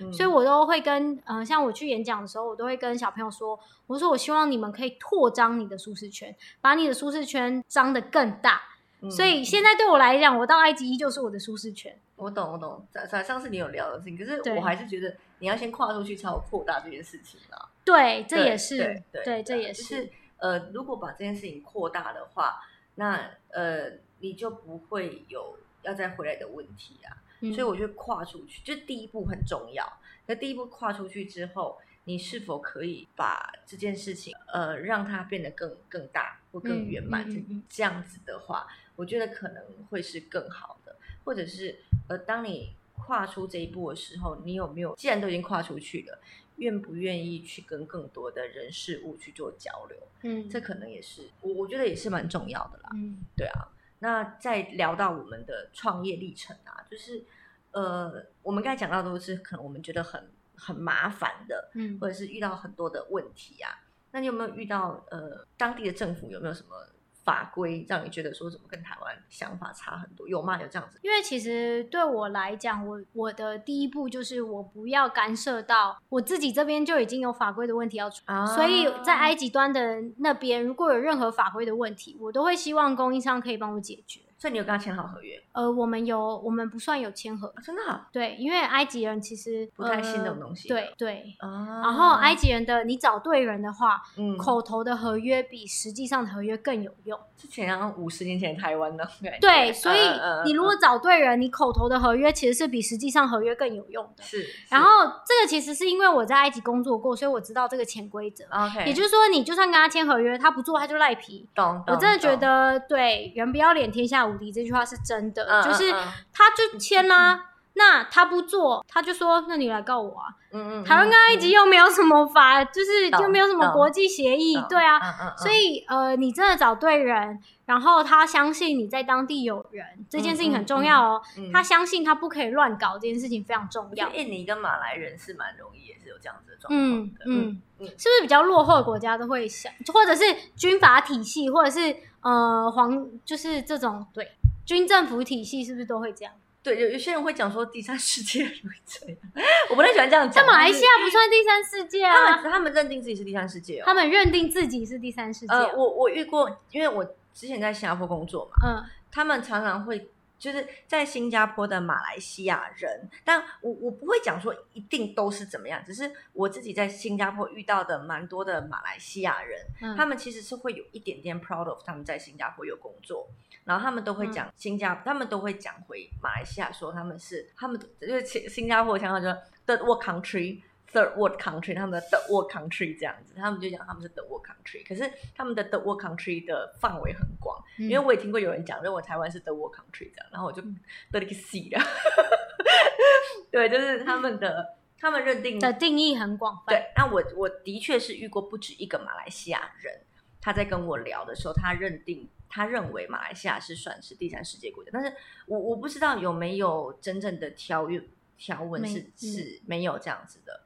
A: 嗯
B: 所以我都会跟，呃，像我去演讲的时候，我都会跟小朋友说，我说我希望你们可以拓张你的舒适圈，把你的舒适圈张得更大。
A: 嗯
B: 所以
A: 嗯
B: 现在对我来讲，我到埃及依旧是我的舒适圈。
A: 我懂，我懂。上上上次你有聊的事情，可是
B: 对
A: 我还是觉得你要先跨出去，才有扩大这件事情啊。
B: 对，这
A: 对
B: 也是，
A: 对对
B: 对这
A: 啊
B: 也
A: 就是是呃，如果把这件事情扩大的话，那呃，你就不会有要再回来的问题啊。
B: 嗯
A: 所以我觉得跨出去，就是第一步很重要。那第一步跨出去之后，你是否可以把这件事情，呃，让它变得更更大或更
B: 嗯
A: 圆满？
B: 嗯嗯嗯
A: 这样子的话，我觉得可能会是更好的，或者是呃，当你跨出这一步的时候，你有没有，既然都已经跨出去了，愿不愿意去跟更多的人事物去做交流？
B: 嗯，
A: 这可能也是我我觉得也是蛮重要的啦。
B: 嗯
A: 那再聊到我们的创业历程啊，就是呃，我们刚才讲到的都是可能我们觉得很很麻烦的，
B: 嗯
A: 或者是遇到很多的问题啊。那你有没有遇到呃当地的政府有没有什么法规让你觉得说怎么跟台湾想法差很多？有吗？有这样子？
B: 因为其实对我来讲，我我的第一步就是我不要干涉到我自己这边就已经有法规的问题要处理，
A: 啊
B: 所以在埃及端的那边，如果有任何法规的问题，我都会希望供应商可以帮我解决。
A: 所以你有跟他签好合约
B: 呃，我们有，我们不算有签合，
A: 啊？真的啊？
B: 对，因为埃及人其实
A: 不太
B: 呃
A: 信这种东西的
B: 对对。
A: 啊
B: 然后哎埃及人的，你找对人的话，
A: 嗯
B: 口头的合约比实际上的合约更有用。
A: 之前好像五十年前的台湾呢，对
B: 对，所以
A: 嗯嗯
B: 你如果找对人，你口头的合约其实是比实际上合约更有用的。
A: 是，是
B: 然后这个其实是因为我在埃及工作过，所以我知道这个潜规则。
A: OK，
B: 也就是说，你就算跟他签合约，他不做他就赖皮。
A: 懂，
B: 我真的觉
A: 懂
B: 得，对“人不要脸，天下无敌”这句话是真的，
A: 嗯
B: 就是
A: 嗯嗯
B: 他就签啦、那他不做，他就说：“那你来告我啊！”
A: 嗯嗯，
B: 台湾跟埃及又没有什么法，就是
A: 懂
B: 又没有什么
A: 懂
B: 国际协议，
A: 嗯
B: 对啊，
A: 嗯嗯嗯
B: 所以呃，你真的找对人，然后他相信你在当地有人，这件事情很重要哦。
A: 嗯嗯嗯
B: 他相信他不可以乱搞，这件事情非常重
A: 我觉
B: 要
A: 得。印尼跟马来人是蛮容易，也是有这样子的状况
B: 嗯
A: 的。
B: 嗯，
A: 嗯
B: 是不是比较落后的国家都会想，或者是军阀体系，或者是呃皇，就是这种对军政府体系，是不是都会这样？
A: 对，有有些人会讲说第三世界人会这样，我不太喜欢这样讲。
B: 但马来西
A: 亚，
B: 亚不算第三世界
A: 他
B: 啊，
A: 们他们认定自己是第三世界哦。
B: 他们认定自己是第三世界。啊
A: 呃，我我遇过，因为我之前在新加坡工作嘛，
B: 嗯，
A: 他们常常会就是在新加坡的马来西亚人，但我我不会讲说一定都是怎么样，只是我自己在新加坡遇到的蛮多的马来西亚人，
B: 嗯
A: 他们其实是会有一点点 proud of 他们在新加坡有工作，然后他们都
B: 嗯
A: 会讲新加，他们都会讲回马来西亚说他们是他们就是新新加坡腔话就是 third world country。Third world country，他们的 third world country 这样子，他们就讲他们是 third world country，可是他们的 third world country 的范围很广，
B: 嗯
A: 因为我也听过有人讲认为台湾是德国 country 这样，然后我就得了个 C 了。 *laughs* 对，就是他们的他们认定
B: 的定义很广泛。
A: 对。那我我的确是遇过不止一个马来西亚人，他在跟我聊的时候，他认定他认为马来西亚是算是第三世界国家，但是我我不知道有没有真正的条约条文
B: 没嗯
A: 是是没有这样子的。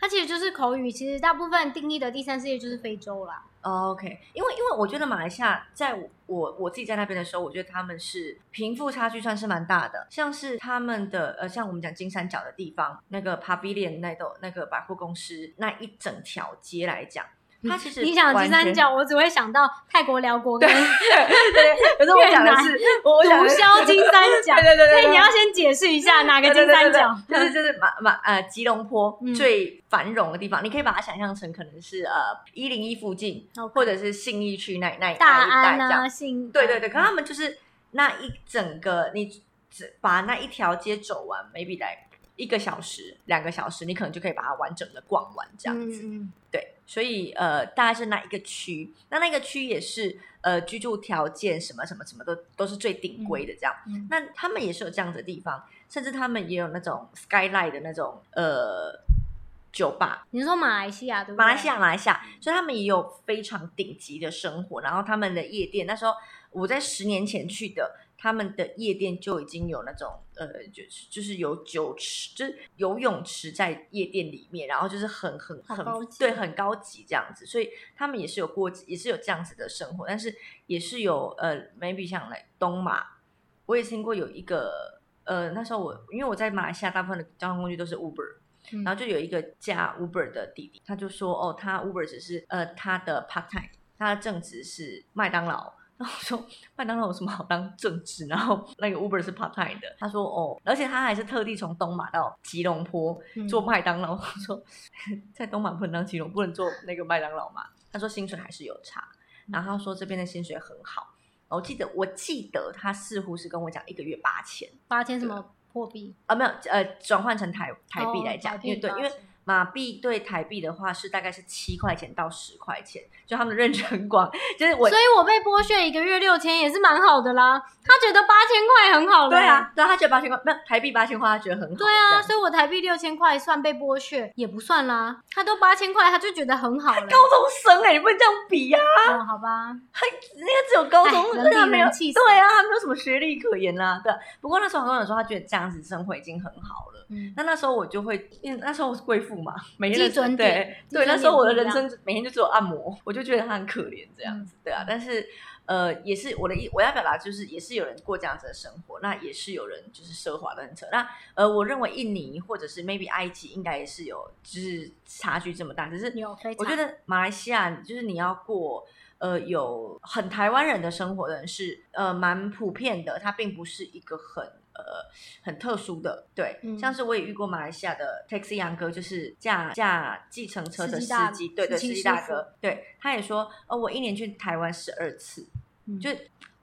B: 它其实就是口语，其实大部分定义的第三世界就是非洲啦。
A: 哦 OK，因为因为我觉得马来西亚在我我我自己在那边的时候，我觉得他们是贫富差距算是蛮大的，像是他们的呃，像我们讲金三角的地方，那个 Pavilion 那栋那个百货公司那一整条街来讲，它其实
B: 嗯你想
A: 完
B: 金
A: 全
B: 三，角，我只会想到泰国、辽国 *laughs* 跟
A: 对，可是我
B: 越
A: 讲的
B: 南
A: 是我我
B: 毒
A: 讲的是
B: 枭金三
A: *laughs*
B: 角。
A: 对对对对
B: 所
A: 对
B: 以你要先解释一下哪个
A: 对
B: 金
A: 对
B: 三
A: 对对
B: 角？
A: 就是就是马马呃吉隆坡
B: 嗯
A: 最繁荣的地方，你可以把它想象成可能是呃一零一附近，
B: OK
A: 或者是信义区那那那
B: 大
A: 一带
B: 安
A: 这样
B: 啊，。信
A: 对对对，可他们就是那一整个，你只把那一条街走完，maybe 来一个小时、两个小时，你可能就可以把它完整的逛完这样子。
B: 嗯嗯
A: 对，所以呃，大概是那一个区，那那个区也是呃居住条件什么什么什么都都是最顶规的这样。
B: 嗯
A: 那他们也是有这样的地方，甚至他们也有那种 skyline 的那种呃酒吧，
B: 你是说马来西亚对不对？
A: 马来西亚，马来西亚，
B: 嗯
A: 所以他们也有非常顶级的生活。然后他们的夜店，那时候我在十年前去的，他们的夜店就已经有那种呃，就是就是有酒池，就是游泳池在夜店里面，然后就是很很
B: 好
A: 很
B: 高级
A: 对，很高级这样子。所以他们也是有过，也是有这样子的生活，但是也是有呃，maybe 像来东马，我也听过有一个呃，那时候我因为我在马来西亚，大部分的交通工具都是 Uber。
B: 嗯
A: 然后就有一个驾 Uber 的弟弟，他就说哦，他 Uber 只是呃他的 part time，他的正职是麦当劳。然后我说麦当劳有什么好当正职？然后那个 Uber 是 part time 的。他说哦，而且他还是特地从东马到吉隆坡
B: 嗯
A: 做麦当劳。 *laughs* 我说在东马不能当吉隆，不能做那个麦当劳嘛？他说薪水还是有差，
B: 嗯
A: 然后他说这边的薪水很好。我记得我记得他似乎是跟我讲一个月八千
B: 八千什么破币？
A: 啊，没有呃转换成台台币
B: 哦
A: 来讲，
B: 台币
A: 因为对，因为
B: 8000
A: 马币对台币的话是大概是七块钱到十块钱，就他们的认知很广，就是我
B: 所以我被剥削一个月六千也是蛮好的啦。他觉得八千块很好了，
A: 对啊，，对啊，他觉得八千块，没有台币八千块，他觉得很好，这
B: 对啊，
A: 样
B: 所以我台币六千块算被剥削也不算啦。他都八千块，他就觉得很好了。
A: 高中生哎、你不能这样比呀、
B: 哦，好吧，
A: 那个只有高中
B: 哎
A: 生，
B: 人比
A: 他没有
B: 人气死
A: 对啊，他没有什么学历可言啦、对啊，不过那时候很多人说他觉得这样子生活已经很好了。
B: 嗯，
A: 那那时候我就会，因为那时候我是贵妇嘛， *laughs* 每天的
B: 基准
A: 对
B: 点
A: 对，
B: 基准点
A: 那时候我的
B: 不一
A: 人
B: 样嗯
A: 生就每天就只有按摩，我就觉得他很可怜这样子，对啊。但是呃，也是我的意，我要表达就是，也是有人过这样子的生活，那也是有人就是奢华的很扯。那呃，我认为印尼或者是 maybe 埃及应该也是有，就是差距这么大，只是
B: 嗯有非常。
A: 我觉得马来西亚就是你要过呃有很台湾人的生活的人是呃蛮普遍的，它并不是一个很呃很特殊的。对，
B: 嗯
A: 像是我也遇过马来西亚的 taxi 杨哥，就是驾驾计程车的
B: 司
A: 司
B: 机大
A: 机，对对，
B: 司
A: 司
B: 机
A: 机
B: 师
A: 大
B: 傅
A: 哥，对，他也说呃我一年去台湾十二次，
B: 嗯
A: 就。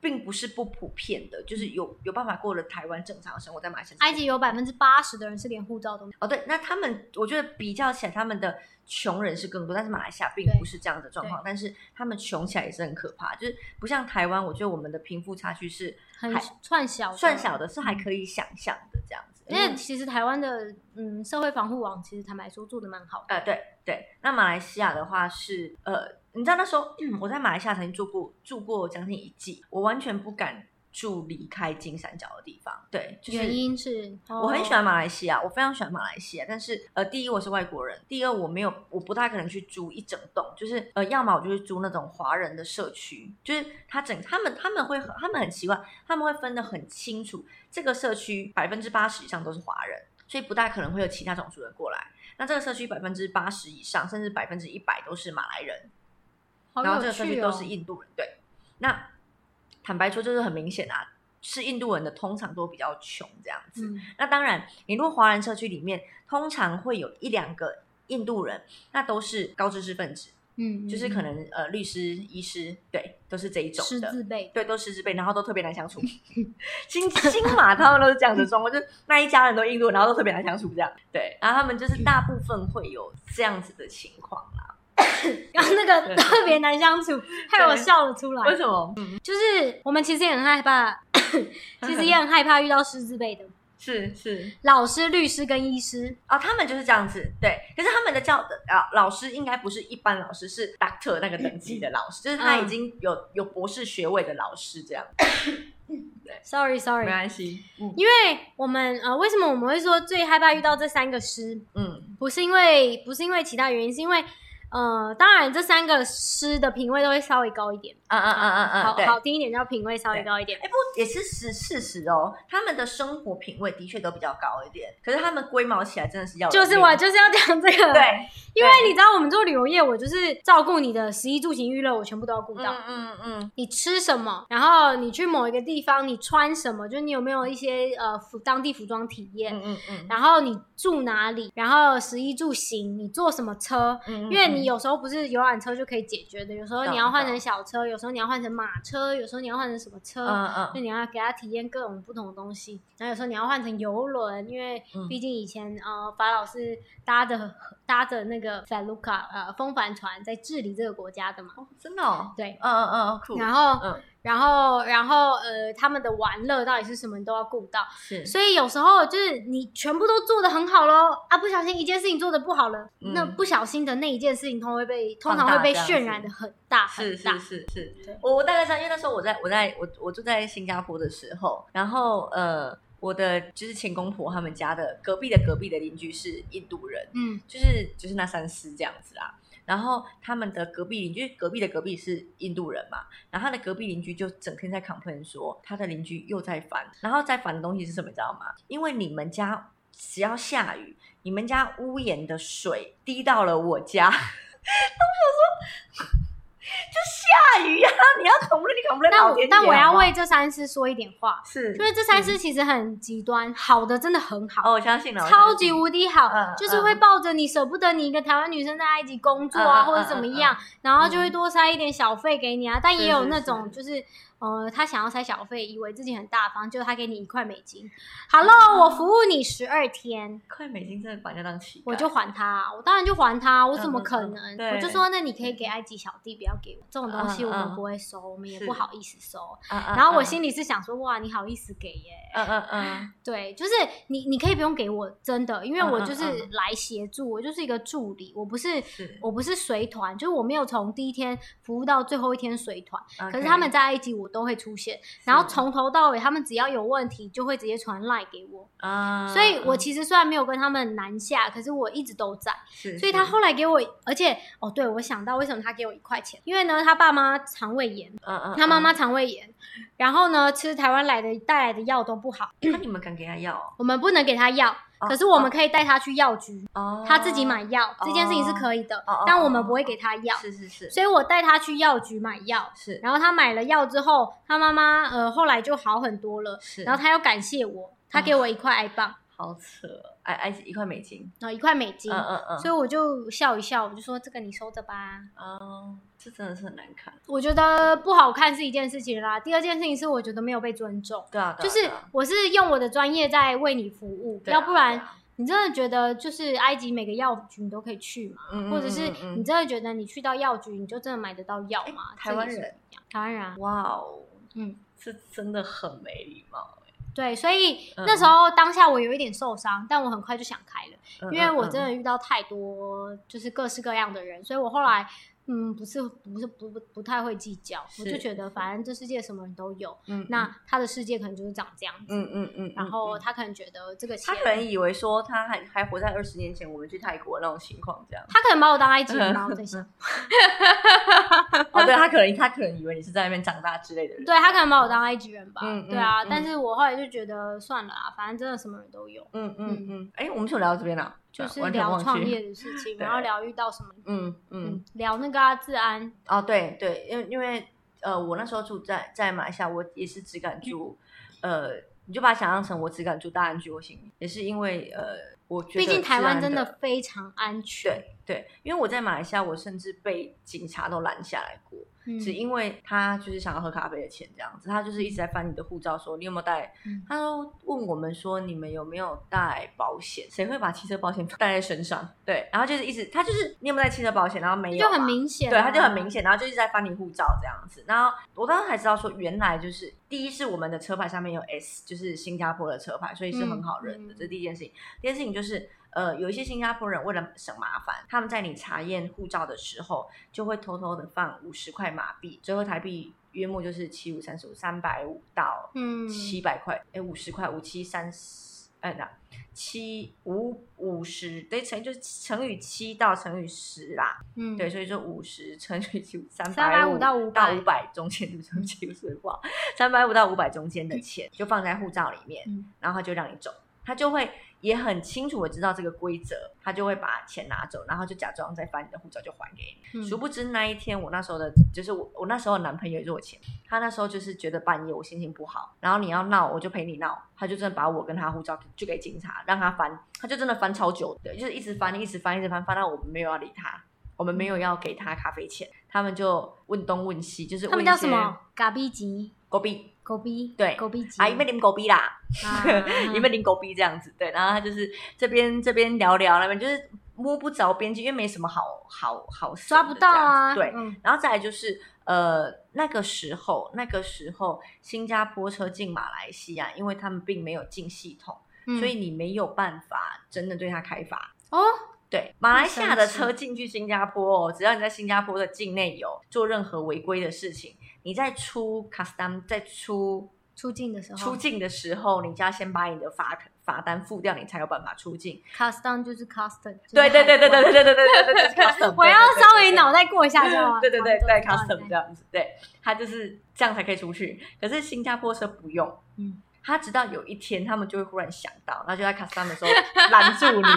A: 并不是不普遍的，就是有有办法过了台湾正常的生活，在马来西亚
B: 埃及有百分之八十的人是连护照都没有。
A: 哦，对，那他们我觉得比较起来，他们的穷人是更多，但是马来西亚并
B: 对
A: 不是这样的状况，但是他们穷起来也是很可怕，就是不像台湾，我觉得我们的贫富差距是
B: 很
A: 还
B: 算小的，嗯
A: 算小的，嗯是还可以想象的这样子。
B: 因为其实台湾的嗯社会防护网，其实坦白说做的蛮好的。
A: 呃，对对，那马来西亚的话是嗯呃，你知道那时候我在马来西亚曾经住过住过将近一季，我完全不敢住离开金三角的地方。对，就是
B: 原因是哦
A: 我很喜欢马来西亚，我非常喜欢马来西亚。但是呃，第一我是外国人，第二我没有，我不太可能去租一整栋，就是呃，要么我就是租那种华人的社区，就是他整他们他们会很他们很奇怪，他们会分得很清楚，这个社区百分之八十以上都是华人，所以不大可能会有其他种族人过来。那这个社区百分之八十以上，甚至百分之一百都是马来人，
B: 哦，
A: 然后
B: 好
A: 这
B: 有
A: 个社区
B: 趣
A: 都
B: 哦，
A: 是印度人。对，那坦白说，就是很明显啊，是印度人的通常都比较穷这样子。
B: 嗯
A: 那当然，你如果华人社区里面，通常会有一两个印度人，那都是高知识分子，
B: 嗯，
A: 就是可能呃律师、医师，对，都是这一种
B: 师
A: 的。
B: 字辈，
A: 对，都师之辈，然后都特别难 *laughs* 相处。新新马他们都是这样的状况，就是那一家人都印度人，然后都特别难相处这样。对，然后他们就是大部分会有这样子的情况啦。
B: 然后那个
A: 对
B: 特别难相处，害我笑了出来。
A: 为什么？
B: 就是我们其实也很害怕， *coughs* 其实也很害怕遇到师字辈的
A: 是是
B: 老师、律师跟医师。
A: 哦，他们就是这样子，对。可是他们的教的啊、老师应该不是一般老师，是 doctor 那个等级的老师，就是他已经有、有博士学位的老师这样。
B: Sorry Sorry，
A: 关系，嗯
B: 因为我们呃，为什么我们会说最害怕遇到这三个师？
A: 嗯
B: 不是因为不是因为其他原因，是因为呃，当然这三个师的品味都会稍微高一点，
A: 啊啊啊啊啊，
B: 好
A: 对。
B: 好听一点叫品味稍微高一点。
A: 哎，不也是实事实哦，他们的生活品味的确都比较高一点，可是他们龟毛起来真的是要人
B: 就是
A: 命
B: 我就是要讲这个，，
A: 对，
B: *laughs* 因为你知道我们做旅游业，我就是照顾你的食衣住行娱乐，我全部都要顾到。
A: 嗯嗯
B: 你吃什么，然后你去某一个地方，你穿什么，就是你有没有一些呃服当地服装体验，
A: 嗯嗯嗯
B: 然后你住哪里，然后食衣住行，你坐什么车，
A: 嗯，
B: 因为你有时候不是游览车就可以解决的，有时候你要换成
A: 懂
B: 小车，有时候你要换成马车，有时候你要换成什么车，
A: 嗯嗯
B: 就你要给他体验各种不同的东西。然后有时候你要换成游轮，因为
A: 嗯
B: 毕竟以前、呃法老是搭着搭着那个 Feluca 呃风帆船在治理这个国家的嘛，
A: 哦，真的哦，
B: 对。
A: 嗯嗯嗯，酷，
B: 然后，
A: 嗯
B: 然后，然后，呃，他们的玩乐到底是什么，你都要顾到。
A: 是，
B: 所以有时候就是你全部都做得很好喽，啊，不小心一件事情做得不好了，
A: 嗯
B: 那不小心的那一件事情，通常会被通
A: 放大
B: 常会被
A: 这样
B: 渲
A: 子
B: 染的很大很
A: 是
B: 大
A: 是。是
B: 对
A: 是，我我大概知道，因为那时候我在我在我我住在新加坡的时候，然后呃，我的就是前公婆他们家的隔壁的隔壁的邻居是印度人，
B: 嗯
A: 就是就是那三师这样子啦。然后他们的隔壁邻居，隔壁的隔壁是印度人嘛，然后他的隔壁邻居就整天在 complain 说他的邻居又在烦，然后在烦的东西是什么，你知道吗？因为你们家只要下雨，你们家屋檐的水滴到了我家， *laughs* 他们想说 *laughs* 就下雨呀、啊你要 complain 你 complain
B: 但
A: 老
B: 我
A: 天爷
B: 但我要
A: 好吗
B: 为这三师说一点话，
A: 是
B: 因为这三师其实很极端，好的真的很好，
A: 哦，我相信了，我相
B: 超
A: 信
B: 级无敌好，
A: 嗯
B: 就是会
A: 嗯
B: 抱着你舍不得你一个台湾女生在埃及工作啊，
A: 嗯嗯
B: 或者怎么样，然后就会
A: 嗯
B: 多塞一点小费给你啊。但也
A: 是
B: 有
A: 是
B: 那
A: 是
B: 种就是呃，他想要塞小费，以为自己很大方，就他给你一块美金，Hello，我服
A: 嗯
B: 务你十二天。
A: 快美金真的把人家当乞丐，
B: 我就还他啊、我当然就还他啊，我怎么可
A: 嗯
B: 能？
A: 嗯嗯对
B: 我就说，那你可以给埃及小弟，不要给我这种东西，
A: 嗯
B: 我们
A: 嗯
B: 不会收，我们也
A: 是
B: 不好意思收。
A: 啊，啊
B: 然后我
A: 啊
B: 心里是想说，哇，你好意思给耶？
A: 嗯嗯嗯，
B: 对，就是你，你可以不用给我，真的，因为
A: 嗯
B: 我
A: 嗯
B: 就是
A: 嗯
B: 来协助，我就是一个助理，我不是。
A: 是，
B: 我不是随团，就是我没有从第一天服务到最后一天随团可是
A: OK
B: 他们在埃及我都会出现，然后
A: 是
B: 从头到尾他们只要有问题就会直接传赖给我，
A: 啊，
B: 所以我
A: 嗯
B: 其实虽然没有跟他们南下，可是我一直都在，
A: 是
B: 所以
A: 是
B: 他后来给我，而且哦，对我想到为什么他给我一块钱，因为呢他爸妈肠胃炎，
A: 嗯嗯，
B: 他妈
A: 嗯
B: 妈肠胃炎，然后呢吃台湾来的带来的药都不好，
A: 嗯那你们敢给他要哦
B: 我们不能给他药，
A: 哦
B: 可是我们可以带他去药局，
A: 哦，
B: 他自己买药，这件事情是
A: 哦
B: 可以的
A: 哦哦，
B: 但
A: 哦
B: 我们
A: 哦
B: 不会给他药，
A: 是是是
B: 所以我带他去药局买药，
A: 是，
B: 然后他买了药之后，他妈妈呃后来就好很多了，
A: 是，
B: 然后他又感谢我，他给我一块埃镑，
A: 好扯哦，哎哎一块美金，
B: 然后一块美金
A: 嗯。嗯嗯，
B: 所以我就笑一笑，我就说这个你收着吧。
A: 哦，这真的是很难看，
B: 我觉得不好看是一件事情啦，第二件事情是我觉得没有被尊重，
A: 对啊，对
B: 就
A: 啊
B: 是
A: 对啊
B: 我是用我的专业在为你服务，
A: 对啊
B: 要不
A: 对
B: 然
A: 啊
B: 你真的觉得就是埃及每个药局你都可以去嘛，
A: 嗯嗯
B: 或者是
A: 嗯嗯
B: 你真的觉得你去到药局你就真的买得到药吗？
A: 台湾人
B: 这个是不一样，台湾人啊，
A: 哇哦，
B: 嗯，
A: 这真的很没礼貌，
B: 对，所以
A: 嗯
B: 那时候当下我有一点受伤，但我很快就想开了。
A: 嗯
B: 因为我真
A: 嗯
B: 的遇到太多就是各式各样的人，所以我后来嗯，不是不是不不不太会计较，我就是觉得反正这世界什么人都有，
A: 嗯，
B: 那他的世界可能就是长这样子，
A: 嗯嗯嗯，
B: 然后
A: 嗯
B: 他可能觉得这个钱
A: 他可能以为说他还还活在二十年前我们去泰国那种情况这样。
B: 他可能把我
A: *laughs*
B: 当埃及人吧，我在想，
A: 嗯哦，对他可能他可能以为你是在那边长大之类的人。
B: 对他可能把我当埃及人吧，
A: 嗯嗯
B: 对啊，
A: 嗯
B: 但是我后来就觉得算了啊，反正真的什么人都有，
A: 嗯嗯嗯，哎、我们是有聊到这边啦，
B: 就是
A: 完全
B: 聊
A: 忘记
B: 创。业的事情，
A: 对
B: 然后聊遇到什么，
A: 嗯嗯，
B: 嗯，聊那个啊治安，
A: 哦，对对，因为因为呃，我那时候住在在马来西亚，我也是只敢住，呃，你就把它想象成我只敢住大安居或新民，也是因为呃，我觉得
B: 毕竟台
A: 治
B: 湾
A: 安
B: 真
A: 的
B: 的非常安全，
A: 对对，因为我在马来西亚，我甚至被警察都拦下来过，
B: 嗯
A: 只因为他就是想要喝咖啡的钱这样子，他就是一直在翻你的护照说你有没有带，
B: 嗯
A: 他都问我们说你们有没有带保险，谁会把汽车保险带在身上？对，然后就是一直他就是你有没有带汽车保险，然后没有
B: 就很
A: 嘛
B: 明显啊，
A: 对，他就很明显，然后就一直在翻你护照这样子。然后我当时才知道说，原来就是第一是我们的车牌上面有 S，就是新加坡的车牌，所以是很好认的，
B: 嗯嗯
A: 这是第一件事情。第二件事情就是，呃，有一些新加坡人为了省麻烦，他们在你查验护照的时候，就会偷偷的放五十块马币，折合台币约莫就是七五三十五，三百五到
B: 嗯
A: 七百块，哎，五十块，五七三十，哎，那七五五十，得乘就是乘以七到乘以十啦。
B: 嗯
A: 对，所以就五十乘以九 *laughs* 三百
B: 350到500
A: 到五百中间，对不起，对不起，我不好，三百五到五百中间的钱就放在护照里面，
B: 嗯
A: 然后他就让你走，他就会也很清楚的知道这个规则，他就会把钱拿走，然后就假装再翻你的护照就还给你。
B: 嗯
A: 殊不知那一天，我那时候的就是我我那时候的男朋友也是我前，他那时候就是觉得半夜我心情不好，然后你要闹我就陪你闹，他就真的把我跟他护照就给警察让他翻，他就真的翻超久的，就是一直翻一直翻一直翻，翻到我们没有要理他，我们没
B: 嗯
A: 有要给他咖啡钱，他们就问东问西，就是
B: 他们叫什么？？嘎逼吉，
A: 狗逼
B: 狗逼，
A: 对
B: 狗逼吉
A: 啊，因为你们狗逼啦，
B: 啊
A: 因为零狗逼这样子，对，然后他就是这边这边聊聊，那边就是摸不着边际，因为没什么好好好省
B: 抓
A: 的
B: 不到啊，
A: 这样子对，
B: 嗯
A: 然后再来就是呃那个时候那个时候新加坡车进马来西亚，因为他们并没有进系统，
B: 嗯
A: 所以你没有办法真的对他开罚，
B: 哦，
A: 对，马来西亚的
B: 神奇
A: 车进去新加坡哦，只要你在新加坡的境内有做任何违规的事情，你在出 custom 在出
B: 出境的时候
A: 出境的时候，你就要先把你的罚罚单付掉，你才有办法出境。
B: custom 就是 custom，就是
A: 对对对对对对
B: 海关
A: 对对对对对，custom，
B: 我要
A: 对对对
B: 稍
A: 对
B: 微脑袋过一下就好
A: *laughs* 对对对对
B: 差不多
A: ，custom 这样子，对，他就是这样才可以出去。可是新加坡车不用，
B: 嗯，
A: 他直到有一天他们就会忽然想到，然后就在 custom 的时候拦住
B: *laughs*
A: 你，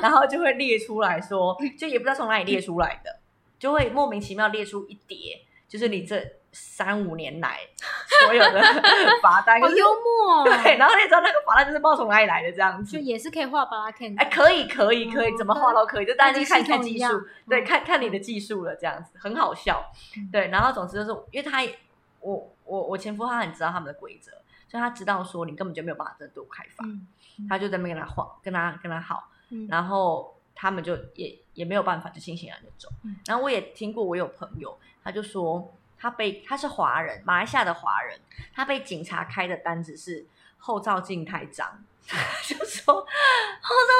A: 然后就会列出来说，就也不知道从哪里列出来的，就会莫名其妙列出一叠，就是你这三五年来所有的 *laughs* 罚单，
B: 好
A: 可是
B: 幽默哦，
A: 对，然后你知道那个罚单就是不知道从哪里来的这样
B: 就
A: 子。
B: 也是可以画巴拉 K，
A: 哎，可以，可以，可以，
B: 嗯
A: 怎么画都可以，就大家就看看
B: 跟
A: 技
B: 系统一
A: 术
B: 样，
A: 对，
B: 嗯
A: 看看你的技术了，这样子很好笑
B: 嗯。
A: 对，然后总之就是，因为他也，我我我前夫他很知道他们的规则，所以他知道说你根本就没有办法真的对我开发，
B: 嗯
A: 他就在那边跟他晃，跟他跟他耗，
B: 嗯，
A: 然后他们就也也没有办法，就悻悻然就走
B: 嗯。
A: 然后我也听过，我有朋友他就说他被他是华人，马来西亚的华人，他被警察开的单子是后照镜太脏。 *laughs* 就说后照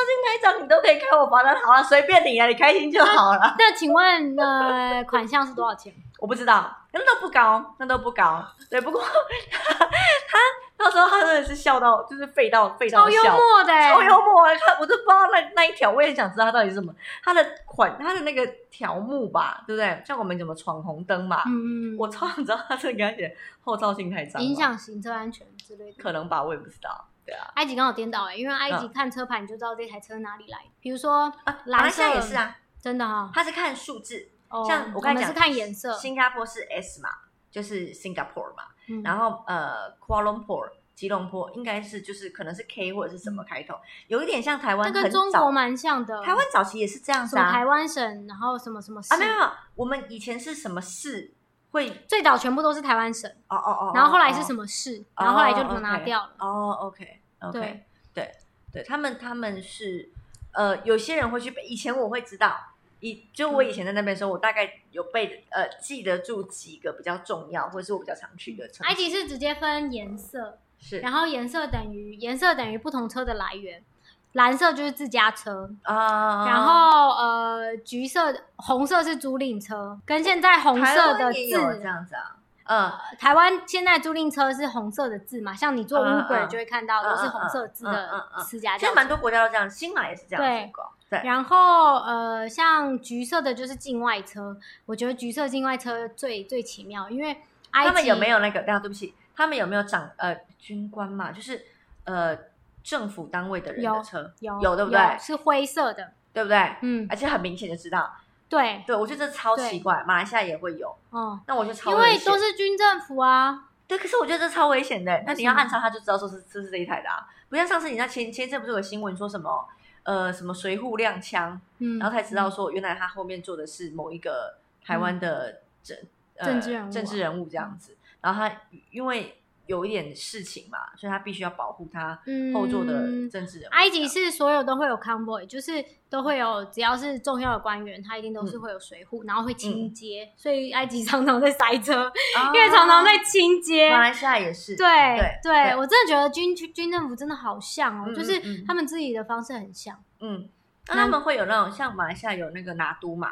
A: 镜太脏，你都可以开我罚单，好了，随便你啊，你开心就好了。 *laughs*
B: 那请问呃款项是多少钱？
A: 我不知道，那都不高，那都不高。对，不过 *laughs* 他他到时候他真的是笑到，就是废到废到
B: 超幽
A: 笑，
B: 默的欸，
A: 超幽默啊！看我都不知道那那一条，我也想知道它到底是什么。它的款，它的那个条目吧，对不对？像我们怎么闯红灯嘛，
B: 嗯，嗯嗯
A: 我超想知道它是给他写后照镜太脏吗，
B: 影响行车安全之类的，
A: 可嗯能吧，我也不知道。对啊，
B: 埃及刚好颠倒哎、欸，因为埃及看车牌你就知道这台车哪里来。比如说
A: 啊，马来
B: 蓝
A: 西
B: 色
A: 亚也是啊，
B: 真的哈、
A: 它是看数字，
B: 哦，
A: 像我
B: 我
A: 刚才
B: 们
A: 讲
B: 是看颜色，
A: 新加坡是 S 嘛，就是 Singapore 嘛，
B: 嗯
A: 然后呃，Kuala Lumpur。吉隆坡应该是就是可能是 K 或者是什么开头，有一点像台
B: 这
A: 湾
B: 嗯跟
A: 很
B: 中
A: 早
B: 国，蛮像的。
A: 台湾早期也是这样
B: 什
A: 子
B: 么
A: 啊
B: 台湾省，然后什么什么市，
A: 啊没有没有，我们以前是什么市会
B: 最早全部都是台湾省，
A: 哦哦哦，
B: 然后后来是什
A: 么？
B: 么市，然后后来就
A: 哦
B: 拿
A: ，OK
B: 掉了。
A: 哦，OK OK，
B: 对
A: 对对，他们他们是呃，有些人会去背，以前我会知道，以就我以前在那边的时候，我大概有背呃记得住几个比较重要，或者是我比较常去的城
B: 埃
A: 市
B: 及是直接分颜色，
A: 是
B: 然后颜色等于颜色
A: 哦
B: 等于不同车的来源，蓝色就是自家车，
A: 啊，
B: 然后呃呃，橘色的、红色是租赁车，跟现在红色
A: 台
B: 的
A: 湾也有这
B: 字，
A: 样子啊，嗯，
B: 台湾现在租赁车是红色的字嘛？像你做
A: 嗯嗯
B: Uber
A: 嗯
B: 就会看到都是红色字
A: 嗯嗯嗯
B: 的
A: 嗯嗯
B: 私家
A: 其
B: 轿
A: 实
B: 车
A: 蛮多国家都这样，新马也是这样
B: 对
A: 子搞，对，
B: 然后呃，像橘色的就是境外车，我觉得橘色境外车最最奇妙，因为埃
A: 他们
B: 及
A: 有没有那个？大家对不起，他们有没有长呃军官嘛？就是呃政府单位的人
B: 有
A: 的车，
B: 有
A: 有对哎不对
B: 是灰色的，
A: 对不对？
B: 嗯，
A: 而且很明显就知道，
B: 对，
A: 对我觉得这超
B: 对
A: 奇怪，马来西亚也会有，
B: 哦、
A: 那我觉得超
B: 因
A: 危
B: 为
A: 险
B: 都是军政府啊，
A: 对，可是我觉得这超危险的。那你要
B: 为什么
A: 暗杀他，就知道说是这是这一台的啊。不像上次你那前前一阵不是有个新闻说什么呃什么随护亮枪，
B: 嗯，
A: 然后才知道说原来他后面坐的是某一个台湾的政、呃
B: 政治人物啊
A: 政治人物这样子。然后他因为有一点事情嘛，所以他必须要保护他
B: 嗯
A: 后座的政治人物。
B: 埃及是所有都会有 convoy，就是都会有，只要是重要的官员，他一定
A: 嗯
B: 都是会有随护，然后会清街，所以埃及常常在塞车，
A: 这样，
B: 因为常常在
A: 嗯哦
B: 清街。
A: 马来西亚也是，
B: 对啊
A: 对
B: 对，我真的觉得军军政府真的好像哦，
A: 嗯
B: 就是
A: 嗯嗯
B: 他们自己的方式很像。
A: 嗯，那他们会有那种像马来西亚有那个拿督嘛，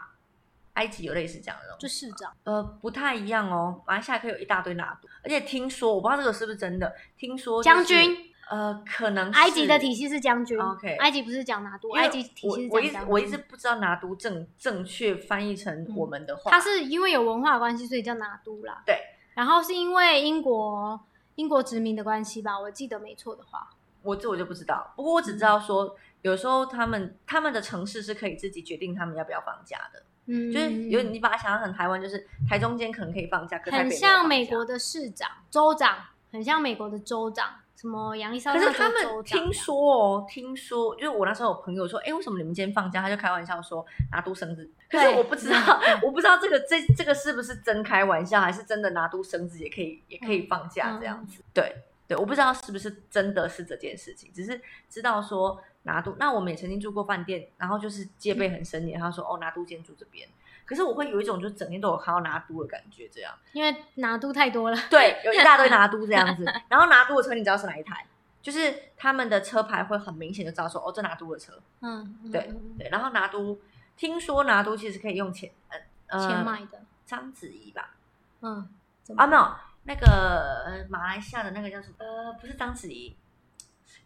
A: 埃及有类似这样的东西
B: 就市长，
A: 呃，不太一样哦。马来西亚可以有一大堆拿督，而且听说我不知道这个是不是真的，听说就是
B: 将军，
A: 呃，可能
B: 埃及的体
A: 系。
B: 系是将军
A: OK
B: 埃及不是讲拿督，
A: 因为
B: 埃及体
A: 我
B: 系是
A: 我
B: 讲
A: 一直
B: 将军。
A: 我一直不知道拿督正正确翻译成我们的话，
B: 嗯它是因为有文化的关系，所以叫拿督啦。
A: 对，
B: 然后是因为英国英国殖民的关系吧，我记得没错的话，
A: 我这我就不知道。不过我只知
B: 嗯
A: 道说，有时候他们他们的城市是可以自己决定他们要不要放假的，
B: 嗯，
A: 就是有你把它想象成台湾，就是台中间可能可以放假，可台北
B: 很
A: 没有
B: 像
A: 放
B: 美
A: 假
B: 国的市长、州长，很像美国的州长，什么杨丽莎
A: 可是
B: 那州
A: 他
B: 长
A: 们
B: 这样
A: 听说哦，听说就是我那时候有朋友说，哎，为什么你们今天放假？他就开玩笑说拿督生日，可是
B: 对
A: 我不知道，我不知道这个这这个是不是真开玩笑，还是真的拿督生日也可以也可以放假
B: 嗯
A: 这样子？对对，我不知道是不是真的是这件事情，只是知道说拿督。那我们也曾经住过饭店，然后就是戒备很森严，他说哦拿督今天住这边，可是我会有一种就整天都有看到拿督的感觉这样。
B: 因为拿督太多了，
A: 对，有一大堆拿督这样子。然后拿督的车，你知道是哪一台？就是他们的车牌会很明显就知道说，哦，这拿督的车。
B: 嗯，嗯
A: 对
B: 嗯
A: 对，然后拿督，听说拿督其实可以用钱，呃
B: 嗯
A: 呃，
B: 钱买的，
A: 章子怡吧？
B: 嗯，怎
A: 啊，
B: 么
A: 没有，那个、呃、马来西亚的那个叫什么？呃，不是章子怡，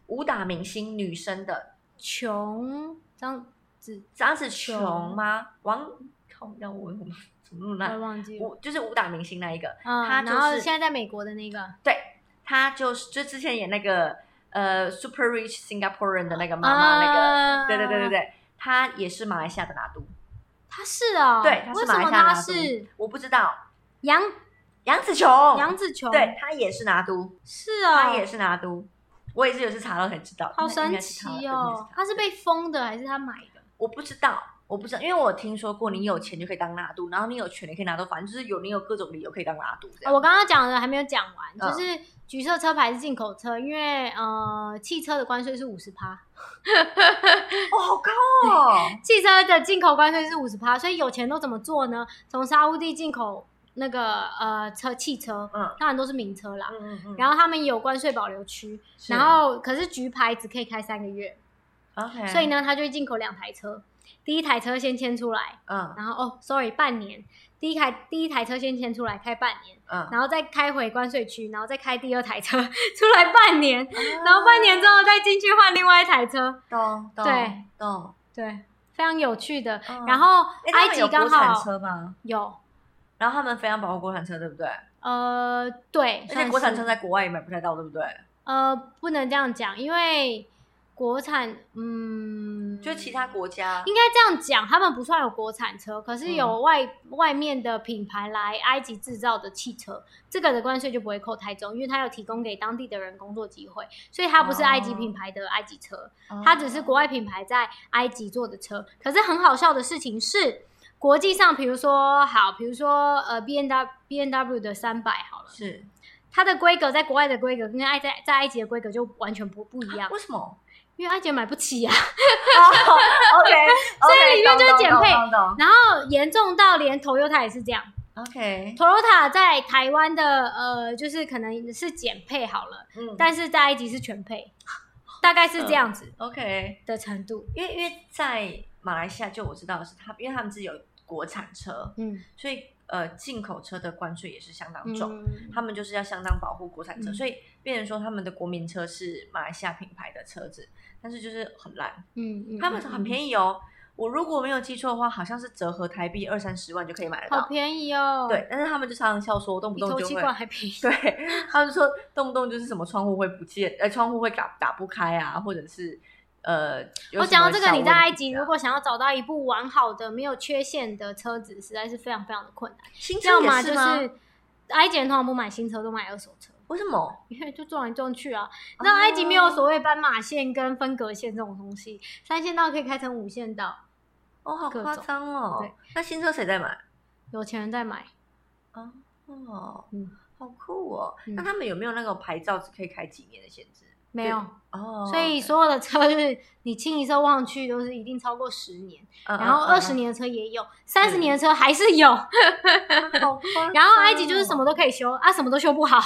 A: 武打明星女生的
B: 穷张子，
A: 张子琼
B: 琼
A: 吗？王，靠，让我我怎么那么
B: 我也
A: 烂？
B: 忘记了，
A: 武就是武打明星那一个，
B: 嗯，
A: 他就
B: 然后
A: 是
B: 现在在美国的那个
A: 对，她就是就之前演那个呃 Super Rich Singaporean 的那个妈妈那个，
B: 啊，
A: 对对对对，对，她也是马来西亚的拿督，
B: 他是哦，
A: 对他是
B: 为
A: 马
B: 什
A: 来西
B: 么
A: 亚
B: 他
A: 拿督
B: 是
A: 我不知道
B: 杨
A: 杨紫琼，
B: 杨紫琼，
A: 哦对，她也是拿督，
B: 是哦，
A: 她也是拿督，我也是有次查到才知道，
B: 好
A: 那应
B: 神
A: 该是她
B: 奇
A: 对应该
B: 哦
A: 是，她
B: 他是被封的还是他买的？
A: 我不知道。我不知道，因为我听说过，你有钱就可以当拿督，然后你有权你可以拿督，反正就是有你有各种理由可以当拿督这
B: 啊
A: 样。
B: 我刚刚讲的还没有讲完，
A: 嗯
B: 就是橘色车牌是进口车，因为呃，汽车的关税是五十趴，
A: 哦，好高哦！
B: 汽车的进口关税是五十趴，所以有钱都怎么做呢？从沙乌地进口那个呃车汽车，
A: 嗯
B: 当然都是名车啦。
A: 嗯嗯嗯。
B: 然后他们有关税保留区，
A: 是
B: 然后可是橘牌只可以开三个月，
A: ，OK，嗯
B: 所以呢，他就会进口两台车，第一台车先迁出来，
A: 嗯
B: 然后哦，sorry，半年，第一台第一台车先迁出来开半年，
A: 嗯，
B: 然后再开回关税区，然后再开第二台车 *laughs* 出来半年，然后半年之后再进去换另外一台车，
A: 啊懂懂
B: 对
A: 懂。
B: 对，非常有趣的。
A: 嗯
B: 然后
A: 哎他
B: 埃
A: 们
B: 及
A: 有
B: 刚
A: 国产
B: 好
A: 车吗？
B: 有，
A: 然后他们非常保护国产车，对不对？
B: 呃，对，
A: 而
B: 算
A: 且
B: 是
A: 国产车在国外也买不太到，对不对？
B: 呃不能这样讲，因为国产嗯，
A: 就其他嗯国家
B: 应该这样讲，他们不算有国产车，可是有外、外面的品牌来埃及制造的汽车，这个的关税就不会扣太重，因为它有提供给当地的人工作机会，所以它不是埃及
A: 哦
B: 品牌的埃及车。
A: 哦
B: 它只是国外品牌在埃及做的车。可是很好笑的事情是，国际上，比如说好，比如说呃 B N W B N W 的三百好了，
A: 哦是
B: 它的规格在国外的规格跟埃在在埃及的规格就完全不不一样，
A: 啊
B: *laughs* 哦
A: 为什么？
B: 因为埃及买不起啊。
A: 哦，OK， *laughs*
B: 所以里面就是减配
A: 懂
B: 然后严重到连 Toyota 也是这样
A: ，OK，
B: ，Toyota 在台湾的呃就是可能是减配好了，
A: 嗯，但
B: 但是在埃及是全配，大概是这样子
A: OK，
B: 的程度。
A: 因为因为在马来西亚就我知道的是他，因为他们自己有国产车，
B: 嗯，
A: 所以呃进口车的关税也是相当重。
B: 嗯
A: 他们就是要相当保护国产车，
B: 嗯
A: 所以变成说他们的国民车是马来西亚品牌的车子，但是就是很烂，
B: 嗯嗯，
A: 他们很
B: 宜，
A: 便宜哦。我如果没有记错的话，好像是折合台币二三十万就可以买得
B: 好
A: 到。
B: 便宜
A: 啊
B: 哦，
A: 对，，但是他们就常常笑说，动不
B: 比
A: 动
B: 头
A: 就
B: 期
A: 会，
B: 款还便宜，
A: 对，他们说动不动就是什么窗户会不见，呃，窗户会打打不开啊，或者是呃，有什
B: 我哦讲到
A: 么
B: 这个，
A: 小
B: 你在
A: 问
B: 埃
A: 题
B: 及
A: 啊
B: 如果想要找到一部完好的、没有缺陷的车子，实在是非常非常的困难。
A: 新车
B: 要
A: 也
B: 么
A: 是
B: 就
A: 吗？
B: 是埃及人通常不买新车，都买二手车，
A: 为什么？
B: 因为就撞来撞去啊。那埃及没有所谓斑马线跟分隔线这种东西，三线道可以开成五线道，
A: 哦，好
B: 各
A: 夸
B: 种
A: 张哦
B: 对！
A: 那新车谁在买？
B: 有钱人在买。
A: 哦，
B: 嗯
A: 好酷哦！
B: 嗯
A: 那他们有没有那种牌照只可以开几年的限制？
B: 没有，
A: 哦，
B: 所以所有的车就是你清一色望去都是一定超过十年，
A: 嗯，
B: 然后
A: 嗯
B: 二十，年的车也有，三十年的车还是有，
A: 嗯嗯好夸张哦
B: 然后埃及就是什么？都可以修啊，什么都修不好。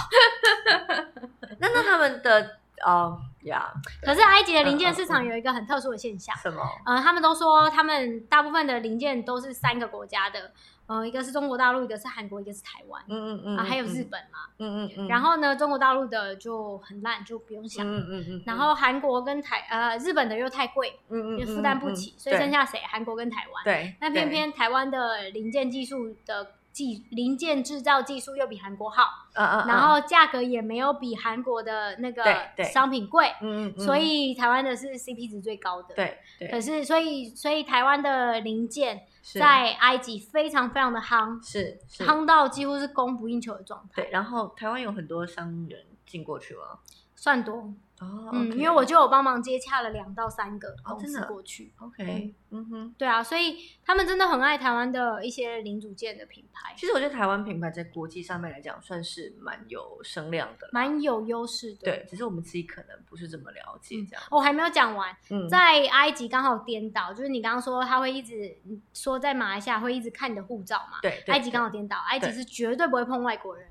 A: 那那他们的哦呀
B: 可是埃及的零件
A: 嗯嗯
B: 市场有一个很特殊的现象，
A: 什么？
B: 呃，他们都说他们大部分的零件都是三个国家的，呃，一个是中国大陆，一个是韩国，一个是台湾。
A: 嗯嗯嗯，
B: 啊，还有
A: 嗯
B: 日，本嘛，
A: 嗯嗯嗯，
B: 然后呢，中国大陆的就很烂，就不用想。
A: 嗯嗯嗯嗯，
B: 然后韩国跟台呃日本的又太贵，
A: 嗯嗯
B: 就
A: 嗯
B: 负担不
A: 嗯
B: 起，
A: 嗯
B: 所以剩
A: 对
B: 下谁？韩国跟台湾。
A: 对，
B: 但偏
A: 对
B: 偏台湾的零件技术的技零件制造技术又比韩国好，
A: 嗯嗯，嗯
B: 然后价格也没有比韩国的那个
A: 对对
B: 商品贵，
A: 嗯嗯嗯，
B: 所以呃台湾的是 CP 值最高的。。
A: 对
B: 可
A: 对
B: 是，所以所以台湾的零件
A: 是
B: 在埃及非常非常的夯，
A: 是是
B: 夯到几乎是供不应求的状态
A: 对，，然后台湾有很多商人进过去吗？
B: 算多。
A: 哦，
B: 嗯，
A: OK
B: 因为我就有帮忙接洽了两到三个
A: 哦
B: 公
A: 真
B: 司
A: 的
B: 过去。
A: OK，嗯哼，
B: 对啊，所以他们真的很爱台湾的一些零组件的品牌，
A: 其实我觉得台湾品牌在国际上面来讲算是蛮有声量的啦，
B: 蛮有优势的。哦
A: 对，只是我们自己可能不是这么了解这样。
B: 我还没有讲完，
A: 嗯，
B: 嗯在埃及刚好颠倒，就是你刚刚说他会一直嗯说在马来西亚会一直看你的护照嘛，
A: 对，对
B: 埃及刚好
A: 对
B: 颠倒，埃及
A: 对
B: 是绝对不会碰外国人，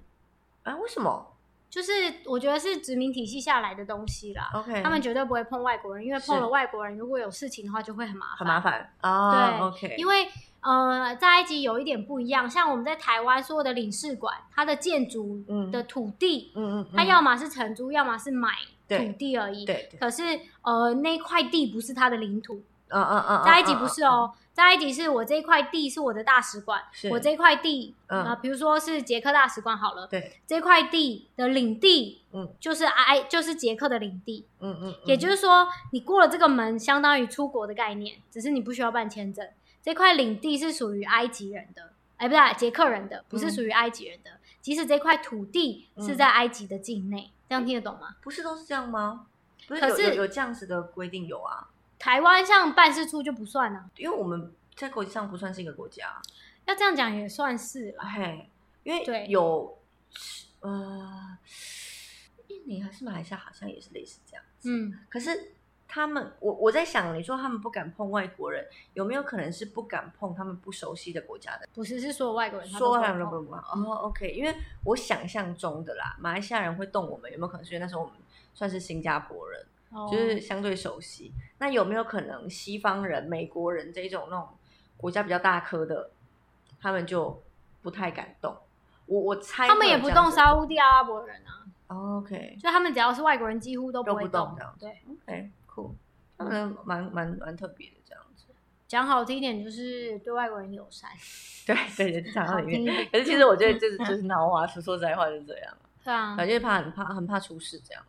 A: 啊，为什么
B: 就是我觉得是殖民体系下来的东西啦，
A: ？OK，
B: 他们绝对不会碰外国人，因为
A: 是
B: 碰了外国人如果有事情的话就会很麻
A: 很
B: 烦，
A: 麻烦啊。
B: 对
A: OK，
B: 因
A: 为
B: 为。呃，在埃及有一点不一样，像我们在台湾所有的领事馆，它的建筑
A: 嗯
B: 的土地，
A: 嗯嗯，
B: 它
A: 嗯
B: 要么是承租，要么是买
A: 对
B: 土地而已。
A: 对对，
B: 可是呃，那块地不是它的领土，
A: 嗯嗯嗯，
B: 在埃
A: 嗯
B: 及
A: 嗯
B: 不是
A: 嗯
B: 哦，在埃及是我这一块地是我的大使馆，
A: 是
B: 我这块地
A: 嗯
B: 啊，比如说是捷克大使馆好了，
A: 对，
B: 这块地的领地，
A: 嗯，
B: 就是埃就是捷克的领地，
A: 嗯嗯，
B: 也
A: 嗯
B: 就是说你过了这个门，相当于出国的概念，只是你不需要办签证。这块领地是属于埃及人的，哎，不是啊捷克人的，不是
A: 嗯
B: 属于埃及人的。即使这块土地是
A: 嗯
B: 在埃及的境内，这样听得懂吗？
A: 不是都是这样吗？不是
B: 可
A: 有有
B: 是
A: 有这样子的规定有啊，
B: 台湾像办事处就不算啊，
A: 因为我们在国际上不算是一个国家，
B: 要这样讲也算是啦。
A: 嘿，因为
B: 对
A: 有呃，印尼还是马来西亚好像也是类似这样子，
B: 嗯，
A: 可是他们，我我在想，你说他们不敢碰外国人，有没有可能是不敢碰他们不熟悉的国家的？
B: 不是，是所有外国人他都
A: 说
B: 会
A: 来了
B: 碰
A: 不不哦，OK，因为我想象中的啦，马来西亚人会动我们，有没有可能是因为那时候我们算是新加坡人，
B: 哦
A: 就是相对熟悉？那有没有可能西方人、美国人这种那种国家比较大颗的，他们就不太敢动？我我猜
B: 他们
A: 会
B: 也
A: 有
B: 不
A: 这样
B: 动
A: 子的
B: 沙乌地阿拉伯人啊，
A: 哦，OK，
B: 就他们只要是外国人，几乎都不会
A: 都不动这样子
B: 对，
A: OK，酷，他们蛮蛮蛮特别的这样子。
B: 讲好听一点就是对外国人友善，
A: 对对对，讲到
B: 好
A: 里面
B: 听一点。
A: 可是其实我觉得
B: *laughs*
A: 就是就是闹啊，说说实在话就是这样，
B: 对啊，
A: 反正就是怕很怕很怕出事这样。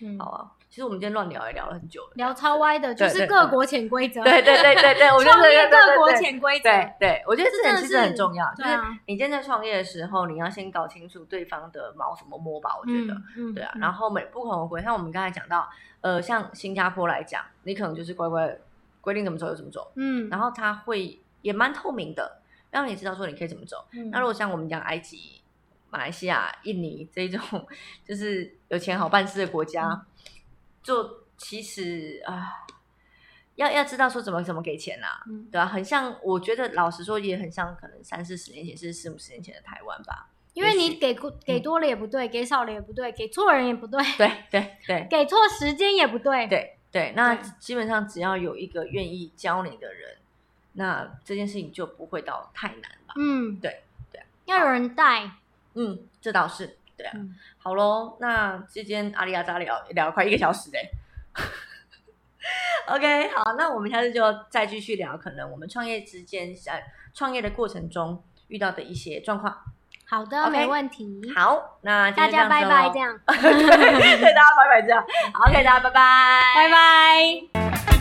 B: 嗯
A: 好，啊，其实我们今天乱聊也聊了很久了。
B: 聊超歪的，就
A: 对
B: 是
A: 对
B: 各国潜规则，
A: 对对对对对，我觉得
B: 创
A: 对
B: 业
A: 对对
B: 各国
A: 对
B: 潜规则，
A: 对对，我觉得这
B: 真
A: 点
B: 的
A: 其实很
B: 是
A: 重要，就
B: 对
A: 是
B: 啊
A: 你今天在创业的时候，你要先搞清楚对方的毛怎么摸吧，我觉得。
B: 嗯，嗯
A: 对啊，
B: 嗯
A: 然后每不同的国家，像我们刚才讲到，呃，像新加坡来讲，你可能就是乖乖规定怎么走就怎么走，
B: 嗯，
A: 然后它会也蛮透明的，让你知道说你可以怎么走。
B: 嗯
A: 那如果像我们讲埃及、马来西亚、印尼这一种，就是有钱好办事的国
B: 嗯
A: 家，就其实啊，要要知道说怎么怎么给钱啦、
B: 嗯
A: 对吧、啊很像，我觉得老实说，也很像可能三四十年前，甚至四五十年前的台湾吧。
B: 因为
A: 也
B: 你
A: 许嗯
B: 给过给多了也不对，给少了也不对，给错人也不对，
A: 对对对
B: 给错时间也不对，
A: 对对，那
B: 对
A: 基本上只要有一个愿意教你的人，那这件事情就不会到太难吧？
B: 嗯，
A: 对对，
B: 要有人带，
A: 嗯，这倒是对啊。
B: 嗯
A: 好喽，那之间阿里亚扎聊聊了快一个小时嘞。OK，好， *laughs* 那我们下次就再继续聊，可能我们创业之间呃创业的过程中遇到的一些状况。
B: 好的
A: OK
B: 没问题。
A: 好，那今
B: 大
A: 天
B: 家拜拜，这
A: 样
B: 样，
A: *laughs* 子咯，对，大家拜拜这样。好 OK，大家拜拜，
B: 拜拜。